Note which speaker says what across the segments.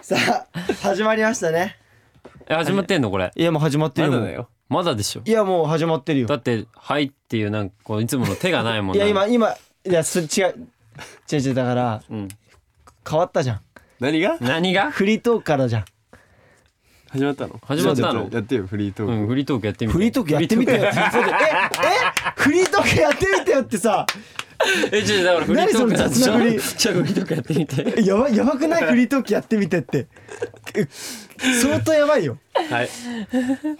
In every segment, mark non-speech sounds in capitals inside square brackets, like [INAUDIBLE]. Speaker 1: さあ始まりましたね
Speaker 2: え始まってんのこれ
Speaker 3: いやもう始まってる
Speaker 4: ま
Speaker 3: よ
Speaker 4: だだよ
Speaker 2: まだでしょ
Speaker 3: いやもう始まってるよ
Speaker 2: だって「はい」っていうなんかこういつもの手がないもん
Speaker 3: い
Speaker 2: ね
Speaker 3: や今今いやす違う違う違うだから、
Speaker 2: ん
Speaker 3: 変わったじゃん
Speaker 4: 何が
Speaker 2: 何が
Speaker 3: フリートークからじゃん
Speaker 4: 始まったの
Speaker 2: 始まったの
Speaker 4: ちょとやってよフリート
Speaker 2: う
Speaker 4: ー
Speaker 2: んフリートークやってみて
Speaker 3: フリートークやってみてよって言いそうでええフリートークやってみてよってさ
Speaker 2: えちょだからフリートー
Speaker 3: 何そ
Speaker 2: ク
Speaker 3: の雑な振り
Speaker 2: じゃあフリートークやってみて
Speaker 3: やばやばくないフリートークやってみてってえ相当やばいよ
Speaker 4: クはい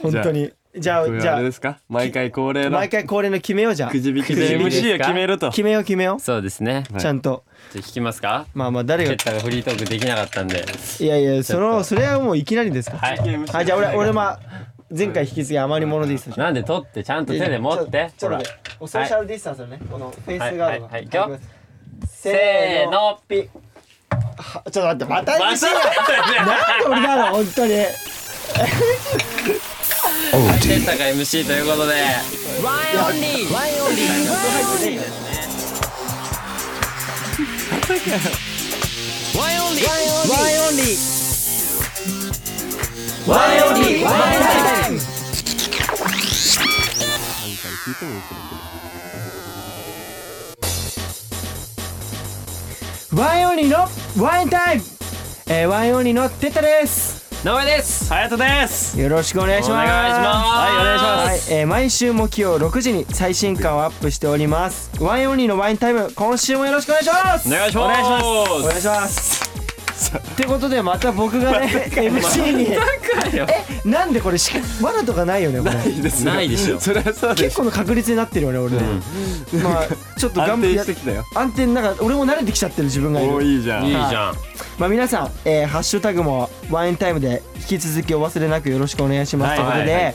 Speaker 3: 本当にじゃ
Speaker 4: こ
Speaker 3: あ
Speaker 4: れ
Speaker 3: じゃ
Speaker 4: あ
Speaker 3: あ
Speaker 4: れですか毎回恒例の
Speaker 3: 毎回恒例の決めようじゃん
Speaker 4: くじ引き
Speaker 2: くじ
Speaker 4: で
Speaker 2: 引きですか
Speaker 4: MC を決めると
Speaker 3: 決めよう決めよ
Speaker 2: そうですね
Speaker 3: うちゃんと
Speaker 2: じゃあ聞きますか
Speaker 3: まあまあ誰
Speaker 2: ケ
Speaker 3: が
Speaker 2: ッタがフリートークできなかったんで
Speaker 3: いやいやそ
Speaker 2: ちょっ
Speaker 3: の
Speaker 2: と
Speaker 3: それはもういきなりですか
Speaker 2: はい
Speaker 3: はいじゃあ俺俺まあ前回引き継ぎ余り物でいいっすよ
Speaker 2: なんで取ってちゃんと手で持って
Speaker 3: ち
Speaker 2: ほ
Speaker 3: ょ
Speaker 2: ら
Speaker 3: っとおソーシャルディスタンスのね、このフェイスガードの。
Speaker 2: はいはいはいいくよ
Speaker 3: はい
Speaker 2: せー。の
Speaker 3: ピッ。はちょっと待って、また
Speaker 2: バ
Speaker 3: にし
Speaker 2: シッ
Speaker 3: なんで俺なの、本当に。
Speaker 2: ケッタが MC ということでワンオンリーワンオンリーワンオンリー
Speaker 3: ワイオンリ
Speaker 2: ワンオンリー
Speaker 3: ー。ワイオンリー。ワイオンリーのワインタイム。えー、ワイオンリーのテッタです。
Speaker 2: 名前です
Speaker 4: 隼人です
Speaker 3: よろしくお願いします。
Speaker 2: お願いします
Speaker 4: はいお願いします
Speaker 3: はい、えー毎週木曜6時に最新刊をアップしております。ワインオンリーのワインタイム、今週もよろしくお願いします。
Speaker 2: お願いします
Speaker 3: お願いします。ってことでまた僕がね MC にえなんでこれし罠とかないよねこれ
Speaker 4: いいですよ
Speaker 2: ないでしょ
Speaker 4: それはそうで
Speaker 3: 結
Speaker 4: しょ
Speaker 3: 構の確率になってるよね俺ねまあちょっと
Speaker 4: 安
Speaker 3: 頑張
Speaker 4: 定
Speaker 3: や
Speaker 4: してきたよ
Speaker 3: 安定なんか俺も慣れてきちゃってる自分がい
Speaker 4: おー
Speaker 3: る
Speaker 4: いいじゃ
Speaker 2: いいじ
Speaker 4: ん
Speaker 2: ゃん
Speaker 3: まあ皆さんえーハッシュタグもワインタイムで引き続きお忘れなくよろしくお願いしますということ
Speaker 4: はいは
Speaker 3: で
Speaker 4: い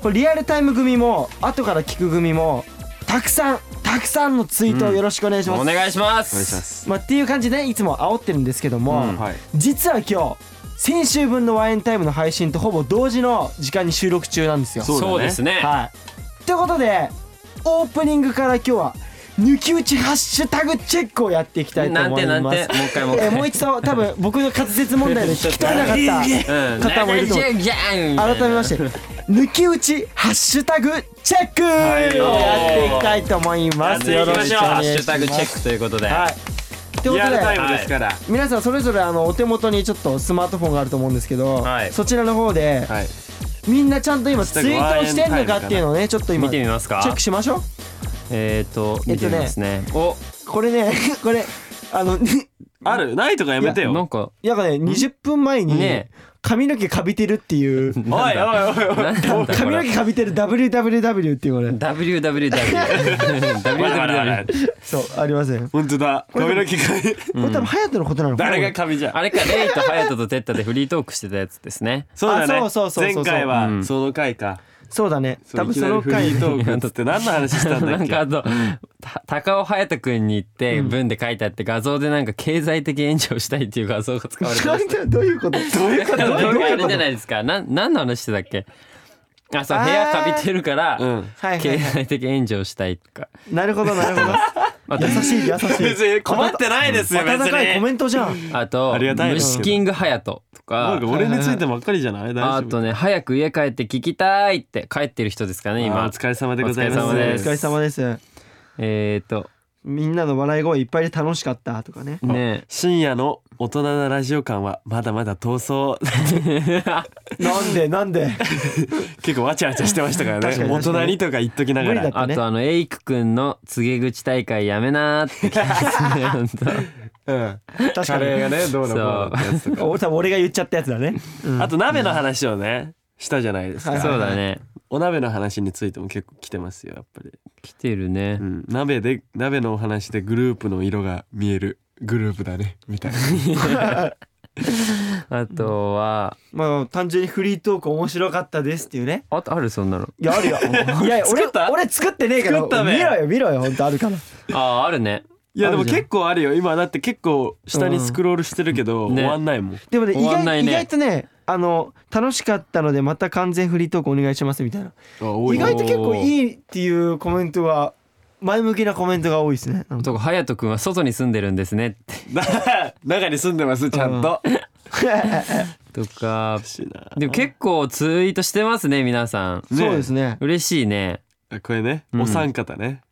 Speaker 3: これリアルタイム組も後から聞く組もたくさんたくさんのツイートをよろしくお願いします
Speaker 2: お願いしま
Speaker 4: お願いしますす
Speaker 3: まあっていう感じでいつも煽ってるんですけども、
Speaker 2: うん
Speaker 4: はい
Speaker 3: 実は今日先週分のワインタイムの配信とほぼ同時の時間に収録中なんですよ。
Speaker 4: そうだね
Speaker 2: そうですね
Speaker 3: はい。ということでオープニングから今日は抜き打ちハッシュタグチェックをやっていきたいと
Speaker 2: なん
Speaker 3: 思
Speaker 2: て
Speaker 3: い
Speaker 2: な
Speaker 3: ます。
Speaker 2: んてもう一回もう
Speaker 3: え
Speaker 2: 一
Speaker 3: ーもう
Speaker 2: 回
Speaker 3: 一度多分僕の滑舌問題で聞き取れなかっ
Speaker 2: うん
Speaker 3: 方もいると思
Speaker 2: なんてじゃんじゃ
Speaker 3: た
Speaker 2: ん
Speaker 3: 改めまして抜き打ちハッシュタグチェックをやっていきたいと思い
Speaker 2: や
Speaker 3: ま
Speaker 2: っ
Speaker 3: す。
Speaker 2: てい
Speaker 3: よ
Speaker 2: き
Speaker 3: ろ
Speaker 2: ま
Speaker 3: し
Speaker 2: し
Speaker 3: く
Speaker 2: ょ
Speaker 3: お
Speaker 2: うハ
Speaker 3: 願
Speaker 2: ッ
Speaker 3: いしま
Speaker 2: シュ
Speaker 3: す。
Speaker 2: タグチェックということで
Speaker 3: はい。ということで
Speaker 4: リアルタイムですから
Speaker 3: 皆さんそれぞれあのお手元にちょっとスマートフォンがあると思うんですけど、
Speaker 2: はい
Speaker 3: そちらの方で、
Speaker 4: はい
Speaker 3: みんなちゃんと今ツイートをしてんのかっていうのをねちょっと今
Speaker 2: 見
Speaker 3: チェ
Speaker 2: てみますか
Speaker 3: ックしましょう
Speaker 2: えっと見てみますねお
Speaker 3: これね [LAUGHS] これあの [LAUGHS]
Speaker 4: あるないとかやめてよ
Speaker 2: な
Speaker 4: お
Speaker 2: んか
Speaker 3: なんかね20分前に
Speaker 2: ね
Speaker 3: 髪の毛かびてるっていう
Speaker 4: いおいおいおい
Speaker 2: なんだこれ
Speaker 3: 髪の毛かびてる WWW っていうこれ
Speaker 2: WWW [LAUGHS]
Speaker 4: わかるわか
Speaker 2: WWW
Speaker 4: る
Speaker 3: そうありませんこ
Speaker 4: 本当だ髪の毛が
Speaker 3: れ多分ハヤトのことなのかな
Speaker 4: 誰が髪じゃん
Speaker 2: あれかレイとハヤトとテッタでフリートークしてたやつですね
Speaker 4: そうだね
Speaker 3: あそうそうそうそうそう
Speaker 4: 前回はその回か
Speaker 3: そうだね
Speaker 4: そ
Speaker 3: 多
Speaker 4: う
Speaker 3: 分
Speaker 4: い
Speaker 3: そ
Speaker 4: きなり
Speaker 3: の
Speaker 4: フリー
Speaker 3: 回
Speaker 4: トークっつって何の話したんだ
Speaker 2: な
Speaker 4: っ
Speaker 2: ん
Speaker 4: け
Speaker 2: かあと、た高尾隼人君に行って文で書いてあって画像でなんか経済的援助をしたいっていう画像が使われてま
Speaker 3: どういうこと
Speaker 4: どういうこと
Speaker 2: でも
Speaker 4: ど
Speaker 2: な
Speaker 4: うん
Speaker 2: か
Speaker 4: い
Speaker 2: あれ
Speaker 4: うこ
Speaker 2: じゃ
Speaker 4: と
Speaker 2: ないですかなん何の話してたっけあそう
Speaker 3: あー
Speaker 2: 部屋かびてるから、
Speaker 4: うん
Speaker 3: はいはい
Speaker 2: 経
Speaker 3: はい
Speaker 2: 済的援助をしたいとか
Speaker 3: なるほどなるほど
Speaker 2: あと
Speaker 3: 優しい優
Speaker 4: 別
Speaker 3: しい
Speaker 4: に困ってないですよ別
Speaker 3: 温かいコ
Speaker 4: に
Speaker 3: メントじゃん
Speaker 2: あと
Speaker 4: ありがたいな
Speaker 2: 虫キング隼人と
Speaker 4: な
Speaker 2: か
Speaker 4: んか俺についてばっかりじゃない
Speaker 2: あ
Speaker 4: 大丈
Speaker 2: と
Speaker 4: 夫
Speaker 2: ね早く家帰って聞きたいって帰ってる人ですかね
Speaker 4: 今
Speaker 2: 今
Speaker 4: お疲れ様でございます
Speaker 2: お疲れ様で
Speaker 3: お
Speaker 2: す
Speaker 3: 疲れ様です
Speaker 2: えっ、ー、と
Speaker 3: みんなの笑い声いっぱいで楽しかったとかね
Speaker 2: ね
Speaker 4: 深夜の大人なラジオ感はまだまだ闘争
Speaker 3: なんでなんで
Speaker 4: 結構わちゃわちゃしてましたからね
Speaker 3: 確かに
Speaker 4: 大
Speaker 3: 確かに
Speaker 4: 人にとか言っときなが
Speaker 3: 無理だ
Speaker 4: ら
Speaker 3: った
Speaker 2: あとあのエイクくんの告げ口大会やめなーって聞きますね本
Speaker 4: [LAUGHS]
Speaker 2: 当
Speaker 4: うん
Speaker 3: 確
Speaker 4: カ
Speaker 3: か
Speaker 4: レー
Speaker 3: に
Speaker 4: がねどうのこうのってやつとか
Speaker 3: 俺多分俺が言っちゃったやつだね、うん
Speaker 4: [LAUGHS] あと鍋の話をねしたじゃないです
Speaker 3: は
Speaker 4: か
Speaker 3: い
Speaker 2: そうだね
Speaker 4: お鍋の話についても結構来てますよやっぱり
Speaker 2: 来てるね、
Speaker 4: うん鍋で鍋のお話でグループの色が見えるグループだねみたいな
Speaker 2: あとは
Speaker 3: まあ単純にフリートーク面白かったですっていうね
Speaker 2: あとあるそんなの
Speaker 3: いやあるよいやいや俺
Speaker 4: [LAUGHS] 作った
Speaker 3: 俺作ってねえから
Speaker 4: 作ったべ
Speaker 3: 見ろよ見ろよ本当あるから
Speaker 2: あーあるね
Speaker 4: いやでも
Speaker 3: あるじゃん
Speaker 4: 結構あるよ今だって結構下にスクロールしてるけど
Speaker 2: うんね
Speaker 4: 終わんないもん
Speaker 3: でもね意
Speaker 2: 終わん
Speaker 3: 外
Speaker 2: ないね
Speaker 3: 意外とねあの楽しかったのでまた完全フリートークお願いしますみたいな
Speaker 4: あ多い
Speaker 3: 意
Speaker 4: ね
Speaker 3: 外と結構いいっていうコメントが前向きなコメントが多いですねなんか
Speaker 2: とか隼人君は外に住んでるんですねって
Speaker 4: [LAUGHS] 中に住んでますちゃんと、
Speaker 2: とか
Speaker 4: しいな
Speaker 2: でも結構ツイートしてますね皆さん
Speaker 3: そうですね
Speaker 2: 嬉しいね
Speaker 4: これね、お三方ね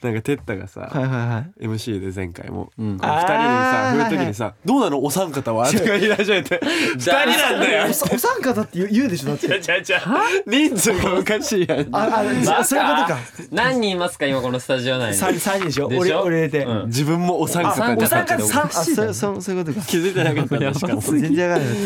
Speaker 4: なんかテッタがさ、
Speaker 3: はいはいはい
Speaker 4: MC で前回も、
Speaker 2: ん
Speaker 4: こう二人にさ
Speaker 3: あー
Speaker 4: 振る時にさ、どうなのお三方は?」とか言い始めて「二人なんだよ!」
Speaker 3: お [LAUGHS] さお三方って言う言うでしょだって
Speaker 4: じゃじゃ人数がおかしいやん
Speaker 3: [LAUGHS] ああじゃあそういうことか
Speaker 2: 何人いますか今このスタジオ内に
Speaker 3: 三三人でしょ
Speaker 2: でしょ
Speaker 3: 俺俺入れて、
Speaker 2: うん
Speaker 4: 自分もお三
Speaker 3: あ
Speaker 4: 方
Speaker 3: お
Speaker 4: で
Speaker 3: 三
Speaker 2: 方
Speaker 3: 方三あそうそうそういうことか
Speaker 4: 気づいてなかったんだしかも
Speaker 3: 全然わかんない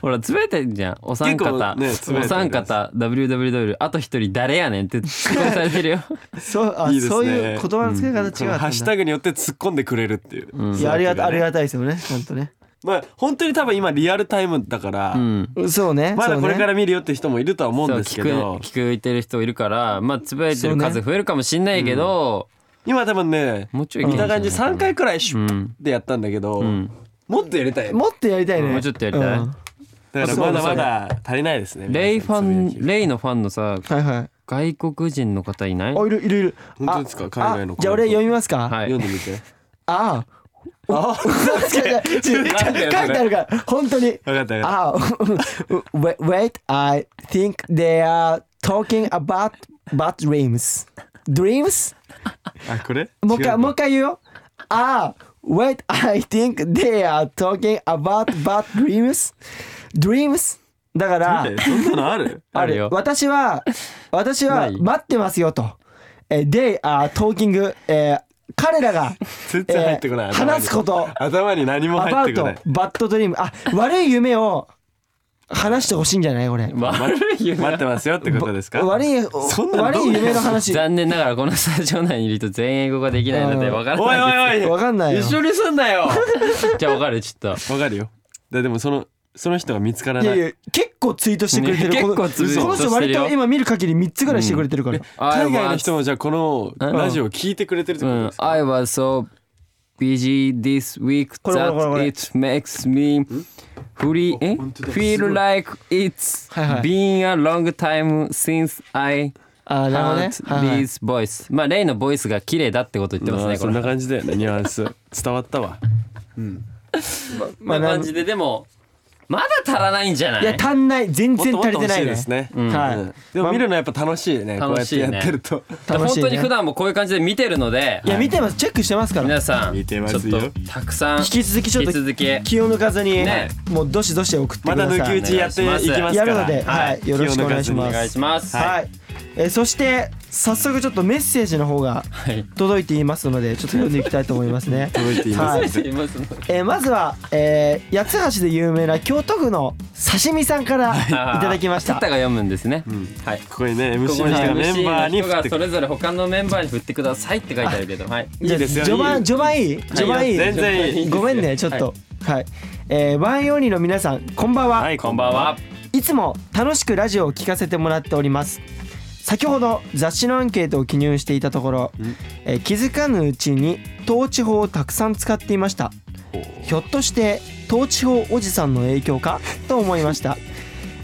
Speaker 2: ほら詰めてんじゃんお三方、
Speaker 4: 結構ね詰
Speaker 2: お
Speaker 4: めてる
Speaker 2: 三方 WWW あと一人誰やねんって突っ込みされてるよ
Speaker 3: そうあ
Speaker 4: いいですね
Speaker 3: そういう言葉の付け方違うかったんだ
Speaker 4: ハッシュタグによって突っ込んでくれるっていう、
Speaker 3: いやありがたありがたいですよねちゃんとね
Speaker 4: まあ本当に多分今リアルタイムだから、
Speaker 2: うん
Speaker 3: そうね
Speaker 4: まだこれからら見るよって人もいるとは思う
Speaker 2: そ
Speaker 4: ん
Speaker 2: う
Speaker 4: です
Speaker 2: 聞く
Speaker 4: けど、
Speaker 2: 聞いてる人いるからまあつぶやいてる
Speaker 3: そ
Speaker 2: 数
Speaker 3: う
Speaker 2: 増えるかもしんないけど、
Speaker 4: 今多分ね
Speaker 2: もうちょいいけ
Speaker 4: 見
Speaker 2: んじゃ
Speaker 4: た
Speaker 2: ない
Speaker 4: 感じ3回くらいシ
Speaker 2: う
Speaker 4: ュッ
Speaker 2: ん
Speaker 4: てやったんだけど、
Speaker 2: ん
Speaker 4: もっとやりたいね
Speaker 3: もっとやりたいね
Speaker 2: もうちょっとやりたい
Speaker 3: うん
Speaker 4: だからまだまだ足りないですね
Speaker 2: レイファン
Speaker 4: 皆さんつぶやき
Speaker 2: レイのファンのさ
Speaker 3: はいはい
Speaker 2: 外国人の方いない
Speaker 3: あいるいるいる
Speaker 4: 本当ですか
Speaker 3: あ
Speaker 4: 海外の
Speaker 3: あじゃあ俺読みますか
Speaker 2: はい
Speaker 4: 読んでみて
Speaker 3: ああ
Speaker 4: あ
Speaker 3: 違う違う違う
Speaker 4: なん
Speaker 3: 書
Speaker 4: だよ
Speaker 3: いて
Speaker 4: それ
Speaker 3: あるから本当に
Speaker 4: 分かった分かった
Speaker 3: ああ wait wait, I think they are talking about bad dreams dreams
Speaker 4: あこれ
Speaker 3: もう一回
Speaker 4: 違んだ
Speaker 3: もう一回言うよああ wait I think they are talking about bad dreams dreams だから
Speaker 4: えそんなのある
Speaker 2: あ
Speaker 3: あ
Speaker 2: る
Speaker 3: る
Speaker 2: よ
Speaker 3: 私
Speaker 2: [LAUGHS]
Speaker 3: は私
Speaker 2: な
Speaker 3: はい待ってますよと。えー、they are talking、えー彼らが、
Speaker 4: 全然入ってこない、
Speaker 3: えー
Speaker 4: 頭に
Speaker 3: 話すこと
Speaker 4: 頭に何も入ってこない
Speaker 3: about bad dream あ悪い夢を話してほしいんじゃないこれ。
Speaker 2: 悪いよ
Speaker 4: 待ってますよってことですか
Speaker 3: 悪い
Speaker 4: そんなの
Speaker 3: 悪い夢の話。
Speaker 2: 残念ながらこのスタジオ内にいると全英語ができないので
Speaker 3: うん
Speaker 2: わから
Speaker 4: おい
Speaker 2: ない
Speaker 4: おいおい
Speaker 3: わかんないよ。
Speaker 4: 一緒にすんなよ
Speaker 2: [LAUGHS] じゃあわかるちょっと
Speaker 4: わかるよだでもそのその人が見つから
Speaker 3: い
Speaker 4: な
Speaker 3: や
Speaker 4: い
Speaker 3: いや結構ツイートしてくれてる。
Speaker 2: ね
Speaker 3: この
Speaker 2: 結構ツイート
Speaker 3: この人
Speaker 2: してる
Speaker 3: 割
Speaker 2: よ
Speaker 3: と今見る限り三つぐらいしてくれてるから。
Speaker 4: 海外の人もじゃあこの
Speaker 2: ん
Speaker 4: ラジオを聞いてくれてるって
Speaker 2: う
Speaker 4: こと
Speaker 2: ん
Speaker 4: です、か、
Speaker 2: I was so busy this week
Speaker 3: これこれこ
Speaker 2: that
Speaker 3: れ
Speaker 2: it makes me free え feel like it's
Speaker 3: はいはい
Speaker 2: been a long time since I
Speaker 3: ああなるほどね
Speaker 2: heard。
Speaker 3: はいはい
Speaker 2: this voice まあレイのボイスが綺麗だってこと言ってます
Speaker 4: まあ
Speaker 2: ねこ
Speaker 4: そんな
Speaker 2: れ
Speaker 4: 感じだよねニュアンス伝わったわ
Speaker 2: まあ感じででもまだ足らないんじゃない
Speaker 3: いや足んない全
Speaker 4: もっと
Speaker 3: 然足り
Speaker 4: もっと
Speaker 3: てな
Speaker 4: 欲し
Speaker 3: い
Speaker 4: い
Speaker 3: ね
Speaker 4: ですね
Speaker 2: ん
Speaker 3: はい。
Speaker 4: でも見るのはやっぱ楽しいねこうや
Speaker 2: 楽
Speaker 4: っ
Speaker 2: しい
Speaker 4: て
Speaker 2: ね
Speaker 4: やってると
Speaker 3: 楽
Speaker 2: 本
Speaker 3: しいね
Speaker 2: 当に普段もこういう感じで見てるので
Speaker 3: いや見てますチェックしてますから。
Speaker 2: 皆さん
Speaker 4: 見
Speaker 2: ち
Speaker 4: て
Speaker 2: ょっ
Speaker 4: ますよ
Speaker 2: とたくさん
Speaker 3: 引き続きちょっと
Speaker 2: 引き続き
Speaker 3: 気を抜かずに、
Speaker 2: ね
Speaker 3: もうどしどし送って
Speaker 4: ま
Speaker 3: くだ
Speaker 4: だ
Speaker 3: さい。
Speaker 4: 抜き打ちやっていきますから
Speaker 3: やるので、はいよろしくお願いし
Speaker 2: お
Speaker 3: ま
Speaker 2: 願い
Speaker 3: す。
Speaker 2: します
Speaker 3: はい、えーそして早速ちょっとメッセージの方が
Speaker 2: はい
Speaker 3: 届いていますので、ちょっと読んでいきたいと思いますね。
Speaker 4: 届いていま
Speaker 3: [LAUGHS]
Speaker 4: す、
Speaker 3: はい
Speaker 2: すいません
Speaker 3: えーまずは、えー八つ橋で有名な京都府の刺身さんからい
Speaker 2: あー
Speaker 3: ただきました。
Speaker 2: あなたが読むんですね、はい
Speaker 4: ここにね MC の
Speaker 2: こ
Speaker 4: 人
Speaker 2: こに
Speaker 4: がメンバーに
Speaker 2: MC の人
Speaker 4: 振っ
Speaker 2: が
Speaker 4: て
Speaker 2: そ
Speaker 4: くる
Speaker 2: れぞれ他のメンバーに振ってくださいって書いてあるけどはい
Speaker 4: いいですよ
Speaker 3: 序盤序盤いい序盤いい。
Speaker 4: 全然いい
Speaker 3: ごめんねちょっと。はい、えー、ワンオンリーの皆さんこんばんは。
Speaker 4: はい
Speaker 2: こんばんはい
Speaker 3: つも楽しくラジオを聞かせてもらっております先ほど雑誌のアンケートを記入していたところ、えー気づかぬうちに統治法をたくさん使っていましたひょっとして統治法おじさんの影響かと思いました、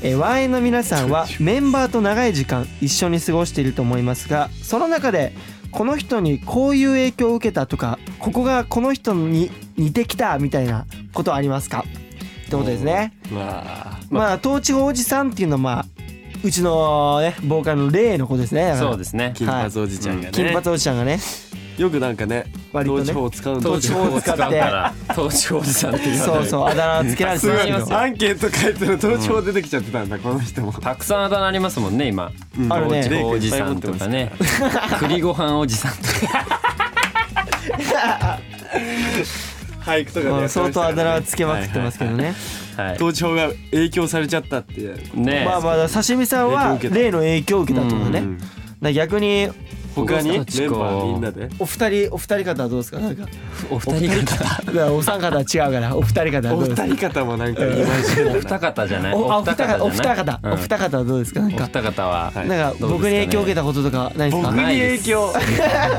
Speaker 3: えー、ワンエンの皆さんはメンバーと長い時間一緒に過ごしていると思いますがその中でこの人にこういう影響を受けたとかここがこの人に似てきたみたいなことありますかってことですね
Speaker 4: まあ
Speaker 3: まあ統治法おじさんっていうのはまあうちのねボーカルの例の子ですねだから
Speaker 2: そうですね
Speaker 4: 金髪おじちゃんがね、
Speaker 3: 金髪おじさんがね
Speaker 4: よくなんかね
Speaker 3: 割と
Speaker 4: 統
Speaker 3: ね
Speaker 4: 治法を使うんだ
Speaker 3: 統治法を使って
Speaker 2: から統治おじさんって言われ
Speaker 3: そう
Speaker 2: る
Speaker 3: そうあだ名つけられて
Speaker 4: す
Speaker 3: ま
Speaker 4: ご
Speaker 3: す
Speaker 4: い
Speaker 3: けど
Speaker 4: アンケート書いてる統治法出てきちゃってたんだ、この人も
Speaker 2: たくさんあだ名ありますもんね今
Speaker 3: あるね
Speaker 2: 統治おじさんと
Speaker 3: [LAUGHS]
Speaker 2: かね栗ご飯おじさんとか
Speaker 4: 俳句とか
Speaker 3: ま
Speaker 4: ね
Speaker 3: あ相当あだ名つけまくってますけどね、
Speaker 2: はい
Speaker 4: 統治法が影響されちゃったっていう
Speaker 2: ねえ
Speaker 3: まあまあ刺身さんは
Speaker 4: 影響を受けた
Speaker 3: 例の影響を受けたとかね、
Speaker 4: うん
Speaker 3: だから逆に
Speaker 4: 他にメンバ
Speaker 2: 統治法
Speaker 4: ーみんなで
Speaker 3: お二人お二人方はどうですかなんか
Speaker 2: お二人方
Speaker 3: だからお三方は違うからお二人方はど
Speaker 4: お
Speaker 3: うですか
Speaker 4: 二人方もなんか言いまし
Speaker 2: お [LAUGHS]
Speaker 4: て
Speaker 2: 二方じゃない
Speaker 3: おあお二方お二
Speaker 2: じゃない
Speaker 3: 方、
Speaker 2: うん
Speaker 3: お二方はどうですかなん
Speaker 2: お
Speaker 3: か、
Speaker 2: 二方は
Speaker 4: はい
Speaker 3: なんか
Speaker 2: どうですかね
Speaker 3: 僕に影響を受けたこととかないですか
Speaker 4: 僕に
Speaker 2: ないで
Speaker 4: 影
Speaker 2: す
Speaker 4: 響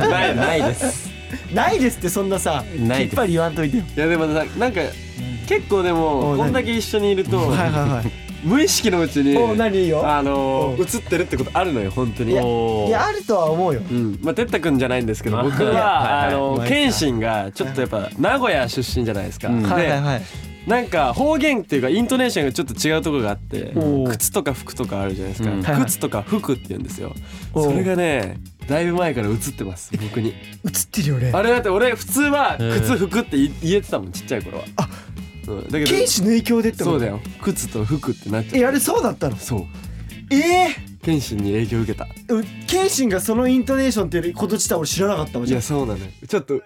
Speaker 4: ないな
Speaker 2: ないです
Speaker 3: ないですってそんなさ
Speaker 2: な
Speaker 3: き
Speaker 2: いで
Speaker 3: っ
Speaker 2: す
Speaker 3: ぱり言わんといてよ
Speaker 4: いやでもななんか結構でも
Speaker 3: お
Speaker 4: こんだけ一緒にいると
Speaker 3: はいはいはい
Speaker 4: 無意識のうちに
Speaker 3: お何いいよ
Speaker 4: あの
Speaker 3: お
Speaker 4: ー、映ってるってことあるのよ本当に
Speaker 3: いや
Speaker 2: おー
Speaker 3: いやあるとは思うよ
Speaker 4: うんまあ、てったくんじゃないんですけど
Speaker 2: あ
Speaker 4: 僕
Speaker 2: いや
Speaker 4: は
Speaker 2: はいは
Speaker 4: あ
Speaker 2: い
Speaker 4: の
Speaker 3: まあ
Speaker 4: 謙信がちょっとやっぱ名古屋出身じゃないですか、
Speaker 2: うん
Speaker 4: で、
Speaker 3: はいはいはい
Speaker 4: なんか方言っていうかイントネーションがちょっと違うところがあって
Speaker 3: おー
Speaker 4: 靴とか服とかあるじゃないです
Speaker 2: うん
Speaker 3: はい
Speaker 4: か、
Speaker 3: はい
Speaker 4: 靴とか服って言うんですよ
Speaker 3: おー
Speaker 4: それがねだいぶ前から映ってます僕に
Speaker 3: 映ってるよね
Speaker 4: あれだって俺普通は
Speaker 2: うん
Speaker 4: 靴服ってい言えてたもんちっちゃい頃は
Speaker 3: あ
Speaker 4: うん、だけど
Speaker 3: 剣士の影響でってこと
Speaker 4: そうだよ靴と服ってなっちゃ
Speaker 3: えあれそうだったの
Speaker 4: うそう
Speaker 3: ええ
Speaker 4: 謙信に影響受けた
Speaker 3: う謙信がそのイントネーションっていうこと自体俺知らなかったもん
Speaker 4: い
Speaker 3: じゃ
Speaker 4: やそうなのよちょっと